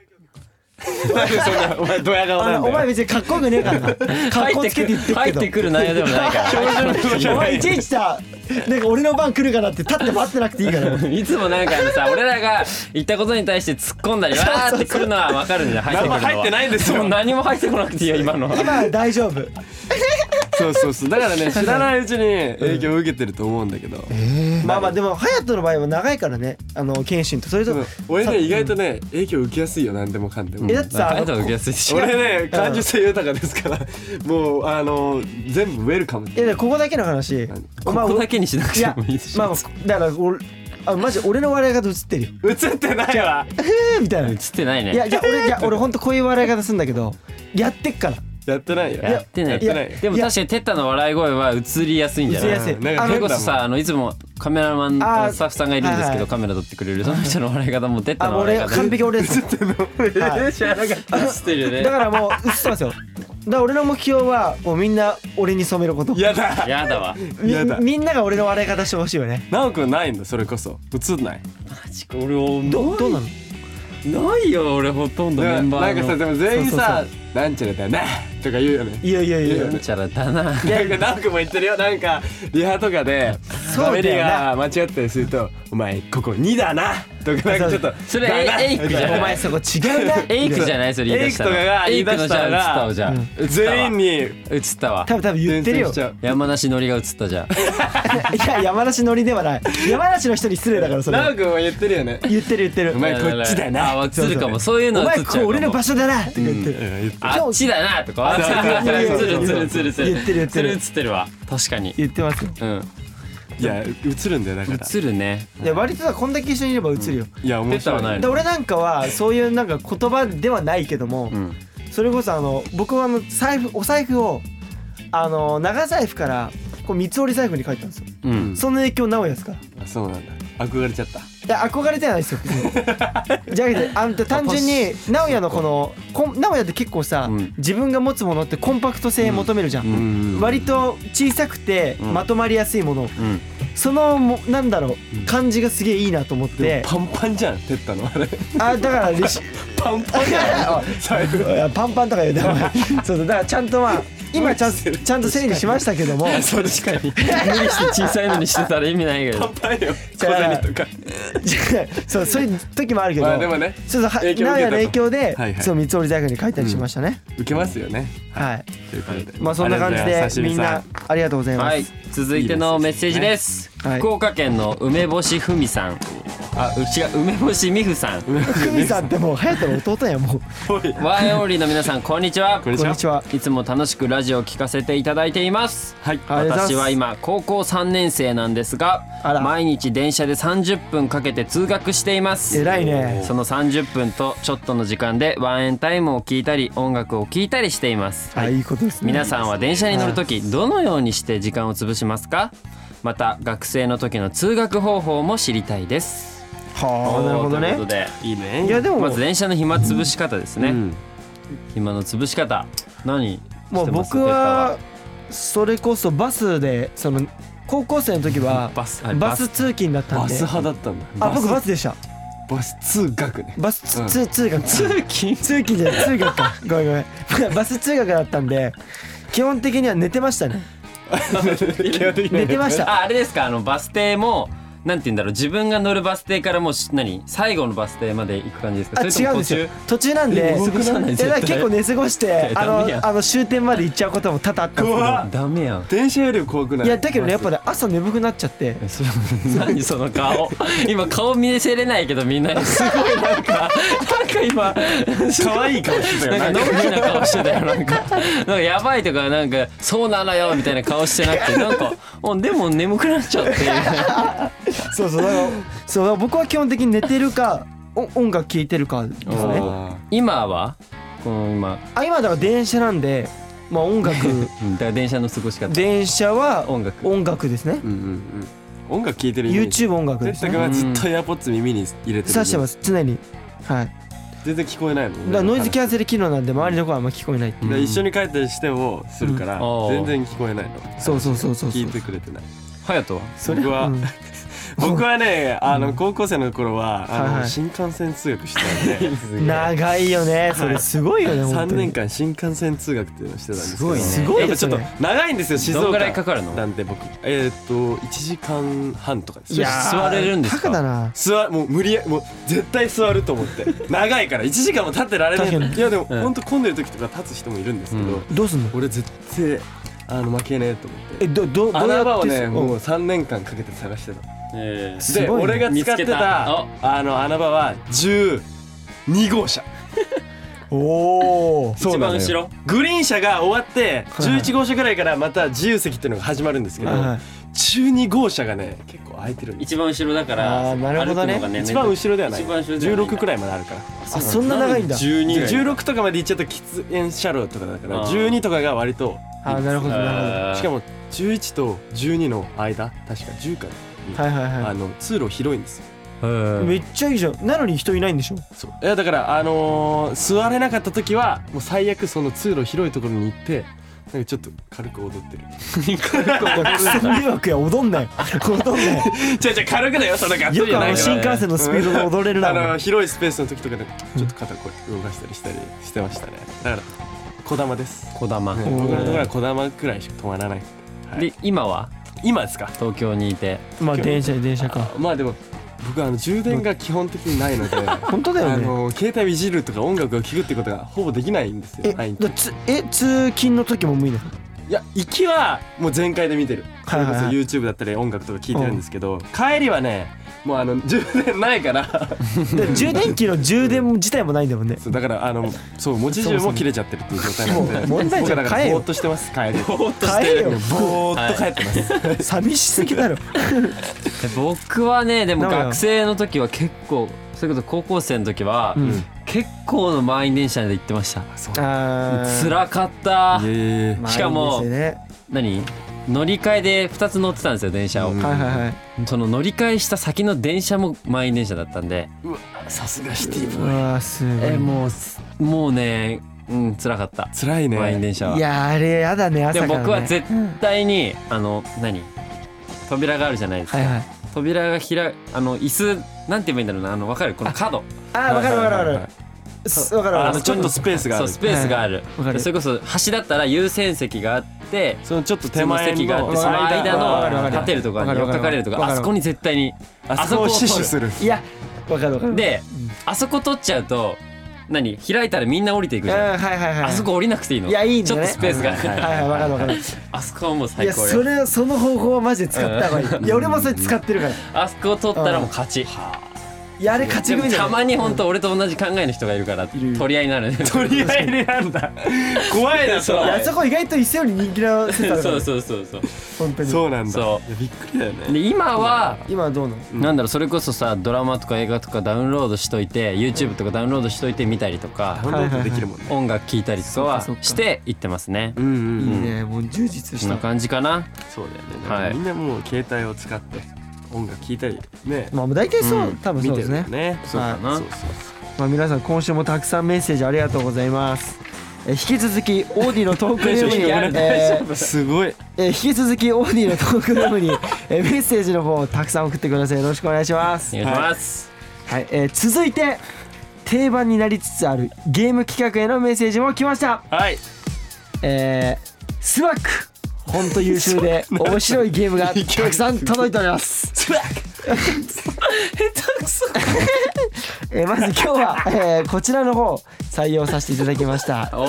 Speaker 4: なんでそんなお前ドヤ顔
Speaker 3: あ
Speaker 4: な
Speaker 3: あ
Speaker 4: ん
Speaker 3: のお
Speaker 4: だよ
Speaker 3: 前別にかっこよくねえからなかっこつけて言ってる
Speaker 2: 入
Speaker 3: け
Speaker 2: っ
Speaker 3: ど
Speaker 2: てくる内容でもないか
Speaker 3: お前いちいちさなんか俺の番来るかなって立って待ってなくていい
Speaker 2: [LAUGHS]
Speaker 3: から
Speaker 2: らいつもなんかあのさ俺らが言ったことに対して突っ込んだりわーってくるのは分かるんじゃん入ってくるのは
Speaker 4: 何も入ってないんですよ
Speaker 2: もう何も入ってこなくていいよ今のは
Speaker 3: 今は大丈夫
Speaker 4: そうそうそうだからね知らないうちに影響を受けてると思うんだけど、
Speaker 3: まあまあでも隼人の場合は長いからねあの謙信とそれ
Speaker 4: で
Speaker 3: と
Speaker 4: も俺ね意外とね影響受けやすいよ何でもかんでも
Speaker 3: えだってさ
Speaker 2: 入ったら受けやすいし
Speaker 4: 俺ね感受性豊かですからもうあの全部ウェルカム
Speaker 3: いやここだけの話
Speaker 2: こ
Speaker 3: まあ
Speaker 2: こだけにしなく
Speaker 3: い
Speaker 2: て
Speaker 3: や
Speaker 2: もいいし
Speaker 3: まあまあだから俺あマジ俺の笑い方映ってるよ
Speaker 4: 映ってないわ
Speaker 3: えーみたいな
Speaker 2: 映ってないね
Speaker 3: いやじゃあ俺いや俺ほんとこういう笑い方するんだけどやってっから
Speaker 4: やってないよ
Speaker 2: やってない
Speaker 4: やってない
Speaker 2: でも確かにテッタの笑い声は映りやすいんじゃない
Speaker 3: 映りやすい
Speaker 4: うんなんか
Speaker 2: それ
Speaker 4: 変だ
Speaker 2: こ
Speaker 4: もん
Speaker 2: そさあのいつもカメラマン
Speaker 3: あー
Speaker 2: とスタッフさんがいるんです
Speaker 3: は
Speaker 2: け
Speaker 3: いは
Speaker 2: ど
Speaker 3: い
Speaker 2: カメラ撮ってくれるその人の笑い方もテッタ
Speaker 3: あ
Speaker 2: の
Speaker 3: もう俺
Speaker 2: 笑い方
Speaker 3: 完璧
Speaker 4: [LAUGHS]
Speaker 3: 俺ですはい
Speaker 2: 知らなかった映ってるよね
Speaker 3: だからもう映ってますよだから俺の目標はもうみんな俺に染めること
Speaker 4: [LAUGHS] やだ
Speaker 2: やだわ
Speaker 3: み
Speaker 4: やだ
Speaker 3: みんなが俺の笑い方してほしいよね
Speaker 4: なおくんないんだそれこそ映んない
Speaker 2: マジか俺お
Speaker 3: どどうなの
Speaker 2: ないよ俺ほとんどメ
Speaker 4: な
Speaker 2: ン
Speaker 4: ん
Speaker 2: バー
Speaker 4: か
Speaker 2: の
Speaker 4: さでも全員さ
Speaker 3: そう
Speaker 4: なんちゃらだよねとか言うよね
Speaker 3: いやいやいやいや
Speaker 2: なんちゃらだな
Speaker 4: なんかなんかも言ってるよなんかリハとかで
Speaker 3: そうだよな
Speaker 4: メリが間違ったりすると「お前ここ2だな」とかなんかちょっと
Speaker 2: それ
Speaker 4: だな
Speaker 2: エイエイクじゃ
Speaker 3: お
Speaker 2: ない
Speaker 3: 前そこ違うな
Speaker 2: エイクじゃないそれ言い出したの
Speaker 4: エイクとかが言い出したら
Speaker 2: エイクのじゃあ映ったわじゃ
Speaker 4: 全員
Speaker 2: に
Speaker 4: に
Speaker 2: 映ったわ
Speaker 3: 多分多分言ってるよ
Speaker 4: 伝染しちゃう
Speaker 2: 山梨のりが映ったじゃん
Speaker 3: [LAUGHS] いや山梨乗りではない山梨の人に失礼だからそれ
Speaker 4: な
Speaker 3: は
Speaker 4: おくんは言ってるよね
Speaker 3: 言ってる言ってる
Speaker 4: お前こっちだな
Speaker 2: あ映るかもそういう
Speaker 3: お
Speaker 2: のは
Speaker 3: 前
Speaker 2: 映っ
Speaker 3: こ
Speaker 2: ちゃ
Speaker 3: こ
Speaker 2: う
Speaker 3: 俺
Speaker 2: か
Speaker 3: の
Speaker 2: も
Speaker 3: 場所だなって言ってる
Speaker 2: あっちだなとか
Speaker 4: そうそうそう
Speaker 2: 映る映る映る映る
Speaker 3: 言ってる言ってる
Speaker 2: それ映ってるわ確かに
Speaker 3: 言ってますよ
Speaker 2: うん
Speaker 4: いや映るんだよだから
Speaker 2: 映るね
Speaker 3: で割とさこんだけ一緒にいれば映るよ
Speaker 4: いや面
Speaker 2: 出た
Speaker 4: 白
Speaker 2: はいない
Speaker 3: で
Speaker 2: の
Speaker 3: 俺なんかはそういうなんか言葉ではないけども
Speaker 2: うん
Speaker 3: それこそあの僕はあの財布お財布をあの長財布からこう三つ折り財布に変えたんですよ
Speaker 2: うん
Speaker 3: その影響名古屋ですから
Speaker 4: あそうなんだ憧れちゃった
Speaker 3: いや憧れてはないですよ別に
Speaker 2: [LAUGHS]
Speaker 3: じゃああんた単純に名古屋のこのこん名古屋って結構さ、
Speaker 2: うん
Speaker 3: 自分が持つものってコンパクト性求めるじゃん、
Speaker 4: ん
Speaker 3: 割と小さくて
Speaker 2: うん
Speaker 3: まとまりやすいもの、
Speaker 2: うん
Speaker 3: そのもなんだろ
Speaker 4: うん
Speaker 3: う感じがすげえいいなと思っ
Speaker 4: で
Speaker 3: て
Speaker 4: もパンパンじゃんてったの
Speaker 3: [LAUGHS]
Speaker 4: あれ
Speaker 3: あだ
Speaker 2: [LAUGHS]
Speaker 3: からレシ
Speaker 4: パンパンじゃん財布
Speaker 3: いやパンパンとか言うてお
Speaker 4: [LAUGHS]
Speaker 3: 前そうそうだからちゃんとまあ今ちゃんちゃんと整理しましたけど
Speaker 4: [LAUGHS]
Speaker 3: も
Speaker 4: そう確かに
Speaker 2: 無理して小さいのにしてたら意味ないけど
Speaker 4: パンパンよ
Speaker 3: じゃあ
Speaker 4: 小銭とか
Speaker 3: そうそういう時もあるけど、
Speaker 4: まあでもね
Speaker 3: そうそうは名
Speaker 4: 影響
Speaker 3: 古
Speaker 4: 受けたと
Speaker 3: 屋の影響で、
Speaker 4: はいはい
Speaker 3: そう三つ折り財布に書いたりしましたね、
Speaker 4: 受けますよね
Speaker 3: はい
Speaker 4: ということで
Speaker 3: まあそんな感じ
Speaker 4: ありが
Speaker 3: で
Speaker 4: とうござ
Speaker 3: み
Speaker 4: います刺身
Speaker 3: ん
Speaker 4: さ
Speaker 3: なありがとうございます。
Speaker 2: はい続いてのメッセージです
Speaker 3: はい
Speaker 2: 福岡県の梅干しふみさんあう違う梅干しみふさん
Speaker 3: [LAUGHS] ふみさんってもう隼人の弟やもう。
Speaker 2: ワインオンリーの皆さんこんにちは
Speaker 4: こんに
Speaker 3: こんにちは。
Speaker 2: いつも楽しくラジオを聞かせていただいています
Speaker 4: はい
Speaker 3: ありがとうございます
Speaker 2: 私は今高校3年生なんですが
Speaker 3: あら
Speaker 2: 毎日電車で30分かけて通学しています
Speaker 3: 偉いね
Speaker 2: その30分とちょっとの時間でワンエンタイムを聞いたり音楽を聞いたりしています、
Speaker 3: あいいことですね。
Speaker 2: 皆さんは電車に乗るときどのようにして時間を潰しますかまた学生の時の通学方法も知りたいです
Speaker 3: はあなるほど
Speaker 2: という
Speaker 3: ね
Speaker 2: こと。で
Speaker 4: いいね
Speaker 3: いやでも
Speaker 2: まず電車の暇つぶし方ですね、
Speaker 4: うん
Speaker 2: 暇の潰し方何
Speaker 3: もう僕はそれこそバスでその高校生の時は
Speaker 2: バスあ
Speaker 3: バス通勤だったん
Speaker 4: バ
Speaker 3: で
Speaker 4: ス。派だったんだ
Speaker 3: あ僕バスでした。
Speaker 4: バス通学ね
Speaker 3: バスつ
Speaker 4: うん
Speaker 3: 通通学通勤通勤じゃない通学か。ごめんごめん。 [LAUGHS] バス通学だったんで基本的には寝てましたね。
Speaker 4: 基本的に
Speaker 3: 寝てました。
Speaker 2: ああれですかあのバス停もなんて言うんだろう自分が乗るバス停からもうし何最後のバス停まで行く感じですか
Speaker 3: あ
Speaker 2: それ
Speaker 3: 違
Speaker 2: と
Speaker 3: うんで
Speaker 2: も途
Speaker 3: すよ
Speaker 2: 中
Speaker 3: 途中なんで
Speaker 2: え動かさな
Speaker 3: い
Speaker 2: い
Speaker 3: やだから
Speaker 2: 絶対
Speaker 3: 結構寝過ごしてあ
Speaker 2: ダメやん
Speaker 3: のあの終点まで行っちゃうことも多々あったんです
Speaker 4: 怖っ
Speaker 2: ダメやん
Speaker 4: 電車より怖く
Speaker 3: けど
Speaker 4: ない
Speaker 3: いやだけどねやっぱね朝眠くなっちゃって
Speaker 2: えそう何その顔今顔見せれないけどみんなにすごいなんかなんか今
Speaker 4: 可愛い顔してたよ
Speaker 2: な
Speaker 4: なん
Speaker 2: かのんきな顔してたよなんかなんかやばいとかなんかそうなのよみたいな顔してなくてなんかおでも眠くなっちゃって
Speaker 3: そうそうだからそうだから僕は基本的に寝てるかお音楽聴いてるかですね
Speaker 4: あ
Speaker 2: 今はこの今
Speaker 3: あ今だから電車なんでまあ音楽
Speaker 2: [LAUGHS] うんだから電車の過ごし方
Speaker 3: 電車は
Speaker 2: 音楽
Speaker 3: 音楽ですね
Speaker 4: ーうんうんうん音楽聴いてるイメージ
Speaker 3: YouTube 音楽で
Speaker 4: 哲
Speaker 3: す
Speaker 4: 太君
Speaker 3: ね
Speaker 4: はずっとエアポッツ耳に入れてる
Speaker 3: さしてます常にはい
Speaker 4: 全然聞こえないの
Speaker 3: だからノイズキャン
Speaker 4: ス
Speaker 3: セル機能なんで周りの声はあんま聞こえない
Speaker 2: うん
Speaker 4: 一緒に帰ったりしてをするから
Speaker 2: うんあー
Speaker 4: 全然聞こえないの
Speaker 3: そうそうそうそうそう
Speaker 4: 聞いてくれてない
Speaker 2: 隼人は
Speaker 3: そ
Speaker 4: 僕は
Speaker 3: うん
Speaker 4: 僕はねあの高校生の頃はあの
Speaker 3: はいはい
Speaker 4: 新幹線通学してたん
Speaker 3: [LAUGHS]
Speaker 4: で
Speaker 3: 長いよねそれすごいよ
Speaker 4: [LAUGHS]
Speaker 3: ね
Speaker 4: 3
Speaker 3: 本当
Speaker 4: 年
Speaker 3: に
Speaker 4: 間新幹線通学っていうのをしてたんです
Speaker 2: す
Speaker 4: けど
Speaker 2: ごいね
Speaker 3: すごい
Speaker 4: やっ
Speaker 3: で
Speaker 4: ぱち
Speaker 3: す
Speaker 4: ょっと
Speaker 3: ね
Speaker 4: 長いんですよ静
Speaker 2: どんぐらいか
Speaker 4: 岡
Speaker 2: かるの
Speaker 4: なんで僕えーっと1時間半とかです
Speaker 2: いやー座れるんですか
Speaker 3: バカだな
Speaker 4: 座もう無理やもう絶対座ると思って
Speaker 3: [LAUGHS]
Speaker 4: 長いから1時間も立ってられない
Speaker 3: 確かに
Speaker 4: いやでも
Speaker 2: うん
Speaker 4: ほんと混んでる時とか立つ人もいるんですけ
Speaker 2: う
Speaker 4: ど
Speaker 2: ん
Speaker 3: どうすんの
Speaker 4: 俺絶対あの負けねえと思って
Speaker 3: えどどどう
Speaker 4: 穴場
Speaker 3: やっ
Speaker 4: を
Speaker 3: て
Speaker 4: ね
Speaker 3: す
Speaker 4: もう3年間かけて探してた
Speaker 2: え
Speaker 3: す
Speaker 4: で
Speaker 3: ごいね
Speaker 4: 俺が使って
Speaker 2: 見つけた
Speaker 4: た
Speaker 2: お
Speaker 4: あの穴場は12号車
Speaker 3: おお
Speaker 2: 一番後
Speaker 4: ろ
Speaker 2: ろ
Speaker 4: グリーン車が終わって
Speaker 3: いはい
Speaker 4: 11号車ぐらいからまた自由席っていうのが始まるんですけど
Speaker 3: はい
Speaker 4: 12号車がね結構空いてるんです
Speaker 2: 一番後ろだから
Speaker 3: あーなるほどね
Speaker 2: 歩くのが
Speaker 4: 一番後ろではない
Speaker 2: 一番後ろではないんだ
Speaker 4: 16くらいまであるから
Speaker 3: あそんな長いんだ
Speaker 2: 12
Speaker 4: で16とかまで行っちゃうと喫煙車両とかだから
Speaker 2: あー
Speaker 4: 12とかが割と
Speaker 3: あなるほどなる
Speaker 4: しかも11と12の間確か10か
Speaker 3: ほどはいはい
Speaker 4: あ
Speaker 3: は
Speaker 4: の通路広いんですよ
Speaker 3: いめっちゃいいじゃんなのに人いないんで [LAUGHS] しょ
Speaker 4: そういやだからあのー座れなかった時はもう最悪その通路広いところに行ってなんかちょっと軽く踊ってる
Speaker 3: 迷惑や踊んない踊んない
Speaker 4: じゃじゃ軽くだよそのガッ
Speaker 3: よくあの
Speaker 2: し
Speaker 3: 新幹線のスピードで踊れる
Speaker 4: あ
Speaker 3: な
Speaker 4: の
Speaker 3: もう
Speaker 4: 広いスペースの時とかでちょっと肩こう動かしたりしたりしてましたねだから小玉です、
Speaker 2: 小玉
Speaker 4: ね僕のところは小玉くらいしか止まらないはい
Speaker 2: で今は
Speaker 4: 今ですか
Speaker 2: 東京にいて
Speaker 3: まあ電車電車か
Speaker 4: まあでも僕あの充電が基本的にない [LAUGHS] のであ
Speaker 3: 本当だよね
Speaker 4: の携帯をいじるとか音楽を聴くってことがほぼできないんですよ
Speaker 3: え
Speaker 4: 毎日
Speaker 3: だつえ通勤の時も無理なの
Speaker 4: いや行きはもう全開で見てるそ
Speaker 3: はい
Speaker 4: れ
Speaker 3: はい
Speaker 4: こ
Speaker 3: はい
Speaker 4: そ YouTube だったり音楽とか聴いてるんですけど帰りはねもうあの充電ないから
Speaker 3: だから充電器の充電自体もないんだもんね
Speaker 4: そうだからあのそう持ち
Speaker 3: そも
Speaker 4: 充
Speaker 3: そも
Speaker 4: も切れちゃってるっていう状態なん
Speaker 3: もう
Speaker 4: で
Speaker 3: 問題じゃん
Speaker 4: 僕はだから
Speaker 3: 帰れよ
Speaker 4: ぼーっとしてます帰りぼーっ
Speaker 3: 帰れよ
Speaker 4: ぼーっと帰ってます、
Speaker 3: 寂しすぎだろ
Speaker 2: え僕はねでも
Speaker 3: 名古屋
Speaker 2: 学生の時は結構それこそ高校生の時は、
Speaker 3: うん
Speaker 2: 結構の満員電車で行ってました
Speaker 4: そう
Speaker 3: あー
Speaker 2: つらかった
Speaker 4: いえいえいえ
Speaker 3: まあ
Speaker 2: しかも
Speaker 3: いいですよね
Speaker 2: 何乗り換えで2つ乗ってたんですよ電車を、
Speaker 4: うん
Speaker 3: はいはいはい
Speaker 2: その乗り換えした先の電車も満員電車だったんで、
Speaker 4: うわさすがシティ
Speaker 3: う
Speaker 4: ボーイ
Speaker 3: わーすごい
Speaker 2: えもうすもうねうん辛かった
Speaker 4: 辛いね
Speaker 2: 満員電車はい
Speaker 3: やーあれやだね朝
Speaker 2: で
Speaker 3: から、ね、
Speaker 2: も僕は絶対に、あの何扉があるじゃないですか、
Speaker 3: はいはい
Speaker 2: 扉が開あの椅子なんて言えばいいんだろうなあの分かるこの角
Speaker 3: あーわかるわかるわかるわかるわ
Speaker 4: あ
Speaker 3: か
Speaker 4: の
Speaker 3: る
Speaker 4: ちょっとスペースがあ
Speaker 2: そう
Speaker 4: る
Speaker 2: スペースがある,、
Speaker 3: わかる
Speaker 2: それこそ端だったら優先席があって
Speaker 4: そのちょっと
Speaker 2: 手
Speaker 4: 手
Speaker 2: 前
Speaker 4: 前
Speaker 2: 席があっ
Speaker 4: の
Speaker 2: てその
Speaker 3: わかるわか
Speaker 2: 間の
Speaker 3: る
Speaker 2: 立てるとか
Speaker 3: わかる
Speaker 2: に寄
Speaker 3: わか
Speaker 2: っ
Speaker 3: る
Speaker 2: かかれるとか
Speaker 3: わか
Speaker 2: あ
Speaker 3: る
Speaker 2: そこに絶対に
Speaker 4: あそこを死守する
Speaker 3: いやわかるわかる
Speaker 2: であそこ取っちゃうと何開いたらみんな降りていく
Speaker 3: うん
Speaker 2: じゃん、
Speaker 3: はいはいはい
Speaker 2: あそこ降りなくていいの
Speaker 3: いやいいんだね
Speaker 2: ちょっとスペースが、
Speaker 4: はいはい
Speaker 3: はいはいわかるわかる
Speaker 2: あそこはもう
Speaker 3: い
Speaker 2: 最
Speaker 3: や
Speaker 2: 高
Speaker 3: そ
Speaker 2: よ
Speaker 3: れその方法はマジで使った方がいいいや俺もそれ使ってるから
Speaker 2: あそこを取ったらもう勝ち
Speaker 3: いやあれ勝ち
Speaker 2: でも
Speaker 3: 組だよ
Speaker 2: たまに本当俺と同じ考えの人がいるから
Speaker 3: いる
Speaker 2: 取り合いになるね
Speaker 4: 取り合いになるんだ怖いな
Speaker 2: そ
Speaker 4: そ
Speaker 2: う
Speaker 3: いや
Speaker 4: れ
Speaker 3: あそこ意外と伊勢より人気な世界だか
Speaker 2: そ
Speaker 3: ら
Speaker 2: うそうそうそう
Speaker 3: 本当に
Speaker 4: そうなんだ
Speaker 2: そ
Speaker 4: いやびっくりだよね
Speaker 2: で今は
Speaker 3: 今はどうなの
Speaker 2: なんだろうそれこそさドラマとか映画とかダウンロードしといて YouTube とかダウンロードしといて見たりとか
Speaker 4: ダウンロードできるもんね
Speaker 2: 音楽聴いたりとかは
Speaker 3: そうかそうか
Speaker 2: して行ってますね
Speaker 4: うんうん
Speaker 3: いい
Speaker 4: うん
Speaker 3: ねもう充実
Speaker 2: そ
Speaker 3: し
Speaker 2: んな
Speaker 3: た
Speaker 2: 感じかな
Speaker 4: そうだよね、
Speaker 2: はい
Speaker 4: みんなもう携帯を使って音楽聴いたりね
Speaker 3: まあ大体そううん多分そうです
Speaker 4: 見
Speaker 3: ね
Speaker 4: てるよね
Speaker 2: そうかな、
Speaker 4: そうそう
Speaker 3: まあ皆さん今週もたくさんメッセージありがとうございます。えー引き続きオーディのトークルームに、
Speaker 2: 大丈夫
Speaker 3: えー
Speaker 4: そうすごい
Speaker 3: えー引き続きオーディのトークルームに、えーメッセージの方をたくさん送ってください。よろしくお願いします
Speaker 2: お。願いします、
Speaker 3: はい、えー続いて定番になりつつあるゲーム企画へのメッセージも来ました。
Speaker 4: はい
Speaker 3: えースワック本当優秀で面白いゲームがたくさん届いております。えーまず今日は、えーこちらの方採用させていただきました。
Speaker 2: お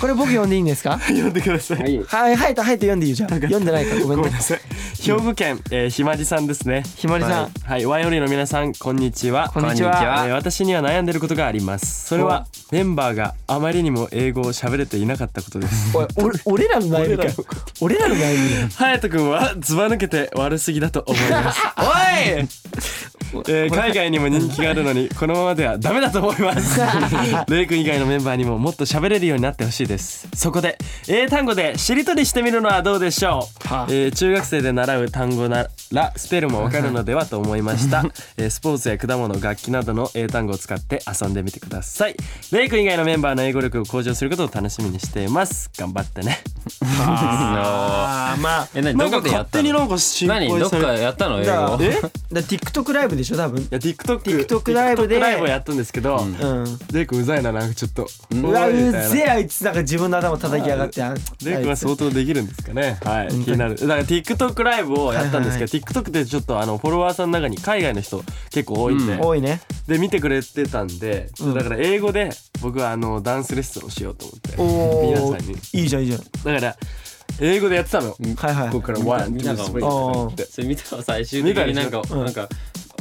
Speaker 3: これ僕読んでいいんですか？
Speaker 4: 読んでください
Speaker 2: い
Speaker 3: はいはいとはいと読んでいいよじゃん。読んでないからごめ
Speaker 4: ご
Speaker 3: ん
Speaker 4: めん
Speaker 3: ね
Speaker 4: な。さい [LAUGHS] 兵庫県、えーひまりさんですね
Speaker 3: ひまりさん
Speaker 4: はい、はい、ワイオリの皆さんこんにちは
Speaker 3: こんにちは
Speaker 2: こんにちは
Speaker 4: えー私には悩んでることがありますそれはメンバーがあまりにも英語を喋れていなかったことです
Speaker 3: おいお俺らの悩みか。俺らの悩みだよ。
Speaker 4: 隼人君はずば抜けて悪すぎだと思いますおい、えー海外にも人気があるのにこのままではダメだと思います
Speaker 3: [LAUGHS]
Speaker 4: レイ君以外のメンバーにももっと喋れるようになってほしいですそこで英単語でしりとりしてみるのはどうでしょう、
Speaker 3: はあ
Speaker 4: えー中学生で習う単語ならスペルもわかるのではと思いま
Speaker 3: [LAUGHS]
Speaker 4: した、えースポーツや果物楽器などの英単語を使って遊んでみてくださいレイ君以外のメンバーの英語力を向上することを楽しみにしています頑張ってね
Speaker 2: [LAUGHS]
Speaker 3: ああまあ。
Speaker 2: え何
Speaker 4: なん
Speaker 2: ど
Speaker 4: か
Speaker 2: こでや
Speaker 4: 勝
Speaker 2: った
Speaker 4: 手にな
Speaker 2: の
Speaker 4: んか心配
Speaker 2: 何どっ
Speaker 4: されて
Speaker 2: かやったの英
Speaker 3: じゃあ
Speaker 2: 語
Speaker 3: え？だ TikTok ライブでしょ多分
Speaker 4: い。や TikTok,
Speaker 3: TikTok ライブで
Speaker 4: TikTok ライブをやったんですけど、
Speaker 3: うん。
Speaker 4: レイ君うざいななんかちょっと
Speaker 3: うわ
Speaker 4: お
Speaker 3: う
Speaker 4: いみたいな
Speaker 3: ぜえあいつなんか自分の頭叩きやがって。
Speaker 4: レイ君は相当できるんですかねはい気になるだから TikTok ライブをやったんですけど、TikTok でちょっとあのフォロワーさんの中に海外の人結構多いんで、
Speaker 2: う
Speaker 3: 多いね。
Speaker 4: で見てくれてたんで、
Speaker 3: うん
Speaker 4: だから英語で僕はあのダンスレッスンをしようと思って皆
Speaker 3: おお
Speaker 4: さんに。
Speaker 3: いいじゃんいいじゃん。
Speaker 4: だから英語でやってたの、
Speaker 3: はいはい。
Speaker 4: ここからワン
Speaker 2: みん
Speaker 4: ツ
Speaker 2: な
Speaker 4: ー
Speaker 2: が
Speaker 4: スリーとか言って
Speaker 2: それ見たら最終的になんか
Speaker 4: 見
Speaker 3: うん
Speaker 2: なんか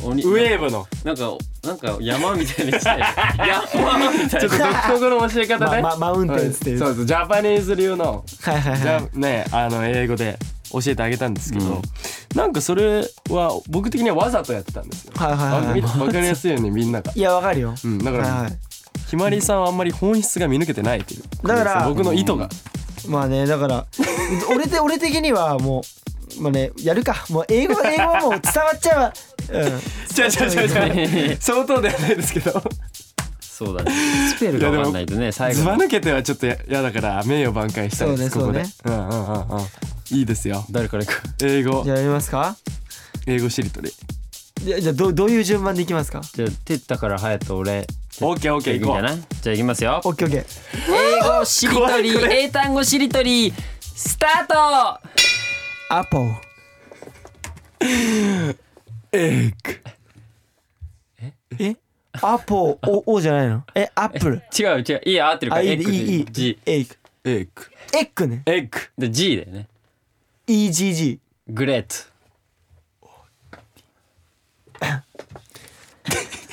Speaker 2: 鬼
Speaker 4: ウェーブの
Speaker 2: なんかなんか山みたいにしてる山みたい
Speaker 4: ちょっと独特の教え方ね、
Speaker 3: まあまマウンテンつってる
Speaker 4: そうそうジャパニーズ流の
Speaker 3: はいはい
Speaker 4: じ
Speaker 3: は
Speaker 4: ゃ
Speaker 3: い。
Speaker 4: あねあの英語で教えてあげたんですけど、なんかそれは僕的にはわざとやってたんですよ。
Speaker 3: はいはいはい
Speaker 4: わかわかりやすいようにみんなが。
Speaker 3: いやわかるよ。
Speaker 4: うん、だ
Speaker 3: は
Speaker 4: か
Speaker 3: い
Speaker 4: ら、
Speaker 3: はい。
Speaker 4: ひまりさんはあんまり本質が見抜けてないっていう
Speaker 3: だから
Speaker 4: 僕の意図が、
Speaker 3: まあねだから
Speaker 4: [LAUGHS]
Speaker 3: 俺て俺的にはもうまあねやるかもう英
Speaker 4: [LAUGHS]
Speaker 3: 語英語はもう伝わっちゃうわ、うん、
Speaker 4: 違う違う違う違う相当ではないですけど
Speaker 2: そうだねスペルが分かんないとね最
Speaker 4: ずば
Speaker 2: 後
Speaker 4: 抜けてはちょっとや嫌だから名誉挽回したいです
Speaker 3: そうね
Speaker 4: ここでうんうんうんうんいいですよ
Speaker 2: 誰から行く
Speaker 4: 英語
Speaker 3: じゃあやりますか
Speaker 4: 英語しりとり
Speaker 3: じゃあじゃあどうどういう順番でいきますか
Speaker 2: じゃあてったから隼人俺
Speaker 4: OKOK
Speaker 2: いく
Speaker 4: 行
Speaker 2: んじゃ
Speaker 4: こう
Speaker 2: ないじゃあいきますよ
Speaker 3: オッケーオッケー
Speaker 2: 英語しりとり英単語しりとりスタート
Speaker 3: アポー
Speaker 4: エッグ
Speaker 3: えアポーおおじゃないのえアップル
Speaker 2: 違う違ういいよ合ってるか
Speaker 3: あ
Speaker 2: ら
Speaker 3: いいい
Speaker 2: エッグで
Speaker 3: いいい
Speaker 2: G
Speaker 3: エイク
Speaker 4: エッグ
Speaker 3: エッグね
Speaker 4: エッグ
Speaker 2: で G だよね
Speaker 3: EGG
Speaker 2: グレート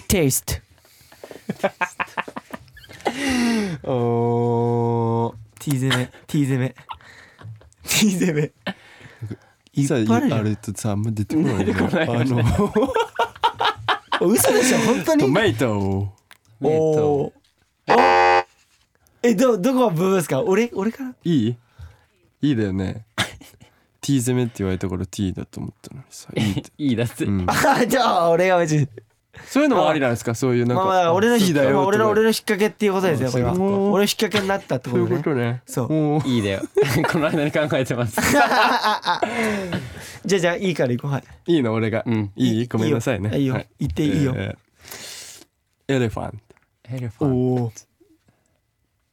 Speaker 3: テイスト
Speaker 4: [LAUGHS] お
Speaker 3: T 攻め T 攻め T 攻めい
Speaker 4: い
Speaker 3: っぱいあるじゃん
Speaker 4: れとさあんま出てこないねあの
Speaker 3: お嘘でしょ本当
Speaker 4: ト
Speaker 3: に
Speaker 4: マト
Speaker 3: お
Speaker 2: え
Speaker 3: おーえどどこがブーブーですか俺俺から [LAUGHS]
Speaker 4: いいいいだよね T 攻めって言われたから T だと思ったのにさいいって
Speaker 2: いいだって
Speaker 4: うん
Speaker 3: あじゃあ俺が別に
Speaker 4: そういうのもありなんですかそういうなん
Speaker 3: ま
Speaker 4: か
Speaker 3: あまあ俺の
Speaker 4: T だよ
Speaker 3: まあ俺の俺
Speaker 4: の
Speaker 3: の引っ掛けっていうことですよこれは
Speaker 4: そういうこ
Speaker 3: 俺
Speaker 4: と
Speaker 3: の引っ掛けになったってこ
Speaker 4: そうい
Speaker 3: と
Speaker 4: うこ
Speaker 3: ね
Speaker 4: とね
Speaker 3: そう
Speaker 4: もう
Speaker 2: いいだよ [LAUGHS] この間に考えて [LAUGHS] ます
Speaker 3: じゃあじゃあいいから行こうはい
Speaker 4: いいの俺が
Speaker 2: うん
Speaker 4: いいごめんなさいね
Speaker 3: いいよ
Speaker 4: は
Speaker 3: 言っていいよ
Speaker 4: えーエレファント
Speaker 2: エレフ
Speaker 3: お
Speaker 2: ァン
Speaker 3: お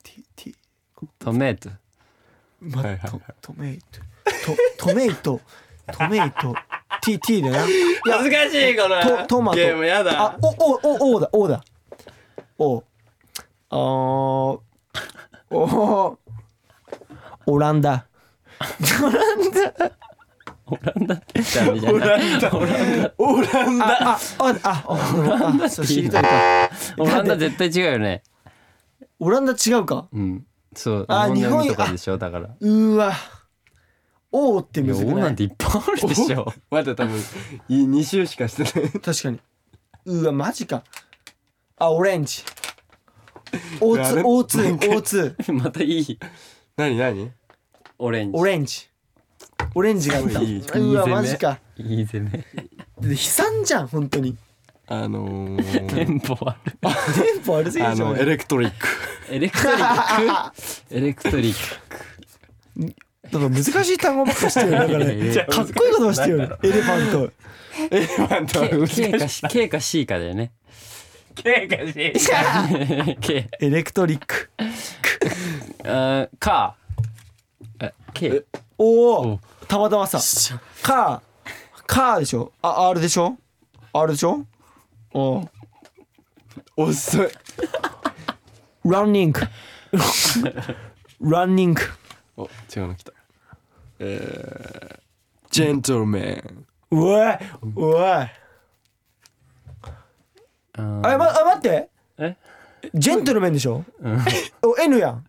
Speaker 3: T T
Speaker 2: トメト
Speaker 3: ま
Speaker 4: はいはいはい
Speaker 3: トトメイトトトメイトトメイト T T だな
Speaker 2: 難しいこの
Speaker 3: トトマト
Speaker 2: ゲームや
Speaker 3: あ
Speaker 2: だ
Speaker 3: おおおおだおだおあーおーオランダ
Speaker 2: ダメじゃない
Speaker 4: オランダ
Speaker 3: ああああオランダそう知りたいか
Speaker 2: [LAUGHS] オランダ絶対違うよね
Speaker 3: オランダ違うか
Speaker 2: うんそう
Speaker 3: あ
Speaker 2: 日本の
Speaker 3: 日本
Speaker 2: 海とかでしょだから
Speaker 3: うーわおおって
Speaker 2: い
Speaker 3: む
Speaker 2: や
Speaker 3: ずく
Speaker 2: オな
Speaker 3: なんい
Speaker 2: ていっぱいあるでしょ
Speaker 4: まだ多分い2周しかしてない [LAUGHS]
Speaker 3: 確かにうわマジかあオレンジ
Speaker 4: あれ
Speaker 3: O2O2O2
Speaker 2: [LAUGHS] またいい
Speaker 4: 何何
Speaker 2: オレンジ
Speaker 3: オレンジオレンジがあった
Speaker 4: い
Speaker 3: わ
Speaker 4: いういい攻め
Speaker 3: マジか
Speaker 2: いいぜね
Speaker 3: で悲惨じゃん本当に
Speaker 4: あ
Speaker 3: [LAUGHS]
Speaker 4: の
Speaker 2: テ
Speaker 4: ー
Speaker 2: ンポある
Speaker 3: テンポ悪すぎ
Speaker 4: あ
Speaker 3: でしょ
Speaker 4: のエレクトリック
Speaker 2: エレクトリッ [LAUGHS] クエレクトリッ
Speaker 3: だから難しい単語ばっかしてるよだから
Speaker 2: いやいや
Speaker 3: かっこいいことをしてるよエレファント
Speaker 4: エレファントは難
Speaker 2: ク
Speaker 4: [LAUGHS] し
Speaker 2: K
Speaker 4: い
Speaker 2: か K か C かだよね [LAUGHS] K
Speaker 3: エレクトリック
Speaker 2: あーカーえ K
Speaker 3: お
Speaker 4: お
Speaker 3: おたまたまさ「か」「か」でしょあ R でしょ R でしょお
Speaker 4: 遅い
Speaker 3: ランニ
Speaker 2: [LAUGHS]
Speaker 3: ングランニング
Speaker 4: お違うの来たえー、ジェントルメン
Speaker 3: おいおいあ
Speaker 2: うん
Speaker 3: まあ待って
Speaker 2: え
Speaker 3: ジェントルメンでしょ [LAUGHS] お N やん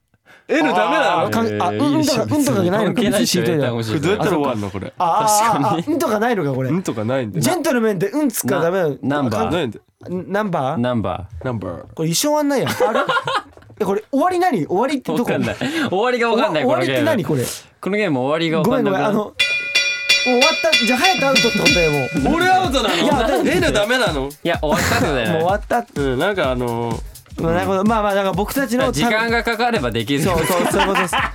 Speaker 4: N ダメなの
Speaker 3: かんあうんとかうんとかじゃないのか
Speaker 2: 関係な
Speaker 3: 別
Speaker 2: いで
Speaker 3: に
Speaker 2: し
Speaker 3: 知
Speaker 2: ょ
Speaker 3: りたいな
Speaker 4: これどうやったら終わるのこれ
Speaker 3: あーあ
Speaker 2: 確
Speaker 3: ーあーうんとかないのかこれ
Speaker 4: んとかないんで
Speaker 3: ジェントルメンってうんつくからダメなの
Speaker 2: ナンバー
Speaker 4: ないんで
Speaker 3: ナンバー
Speaker 2: ナンバ
Speaker 4: ナンバ
Speaker 3: これ一生終わんないやんあれ [LAUGHS] えこれ終わり何終わりって
Speaker 2: ー
Speaker 3: ど
Speaker 2: わ
Speaker 3: こ
Speaker 2: かんない終わりがわ
Speaker 3: 終
Speaker 2: か
Speaker 3: わ
Speaker 2: んな
Speaker 3: 終
Speaker 2: いこ
Speaker 3: わ
Speaker 2: の
Speaker 3: りっ
Speaker 2: ゲ
Speaker 3: て
Speaker 2: ー
Speaker 3: 何
Speaker 2: ム
Speaker 3: これ
Speaker 2: このゲーム終わりがわ
Speaker 3: ごめ
Speaker 2: か
Speaker 3: ん
Speaker 2: んな
Speaker 3: ご
Speaker 2: く
Speaker 3: めん
Speaker 2: な
Speaker 3: あ
Speaker 2: る
Speaker 3: の終わったじゃあ早くアウトってことだよもう
Speaker 4: ー俺アウトなの
Speaker 3: いやだって
Speaker 4: N ダメなの
Speaker 2: いや終わった後だ
Speaker 3: もう終
Speaker 2: よ
Speaker 3: わ
Speaker 2: ね
Speaker 3: った
Speaker 4: うんなんかあのー
Speaker 3: まあなるほどまあまあだから僕たちの
Speaker 2: 時間がかかればできる
Speaker 3: そうそうそういうことですだ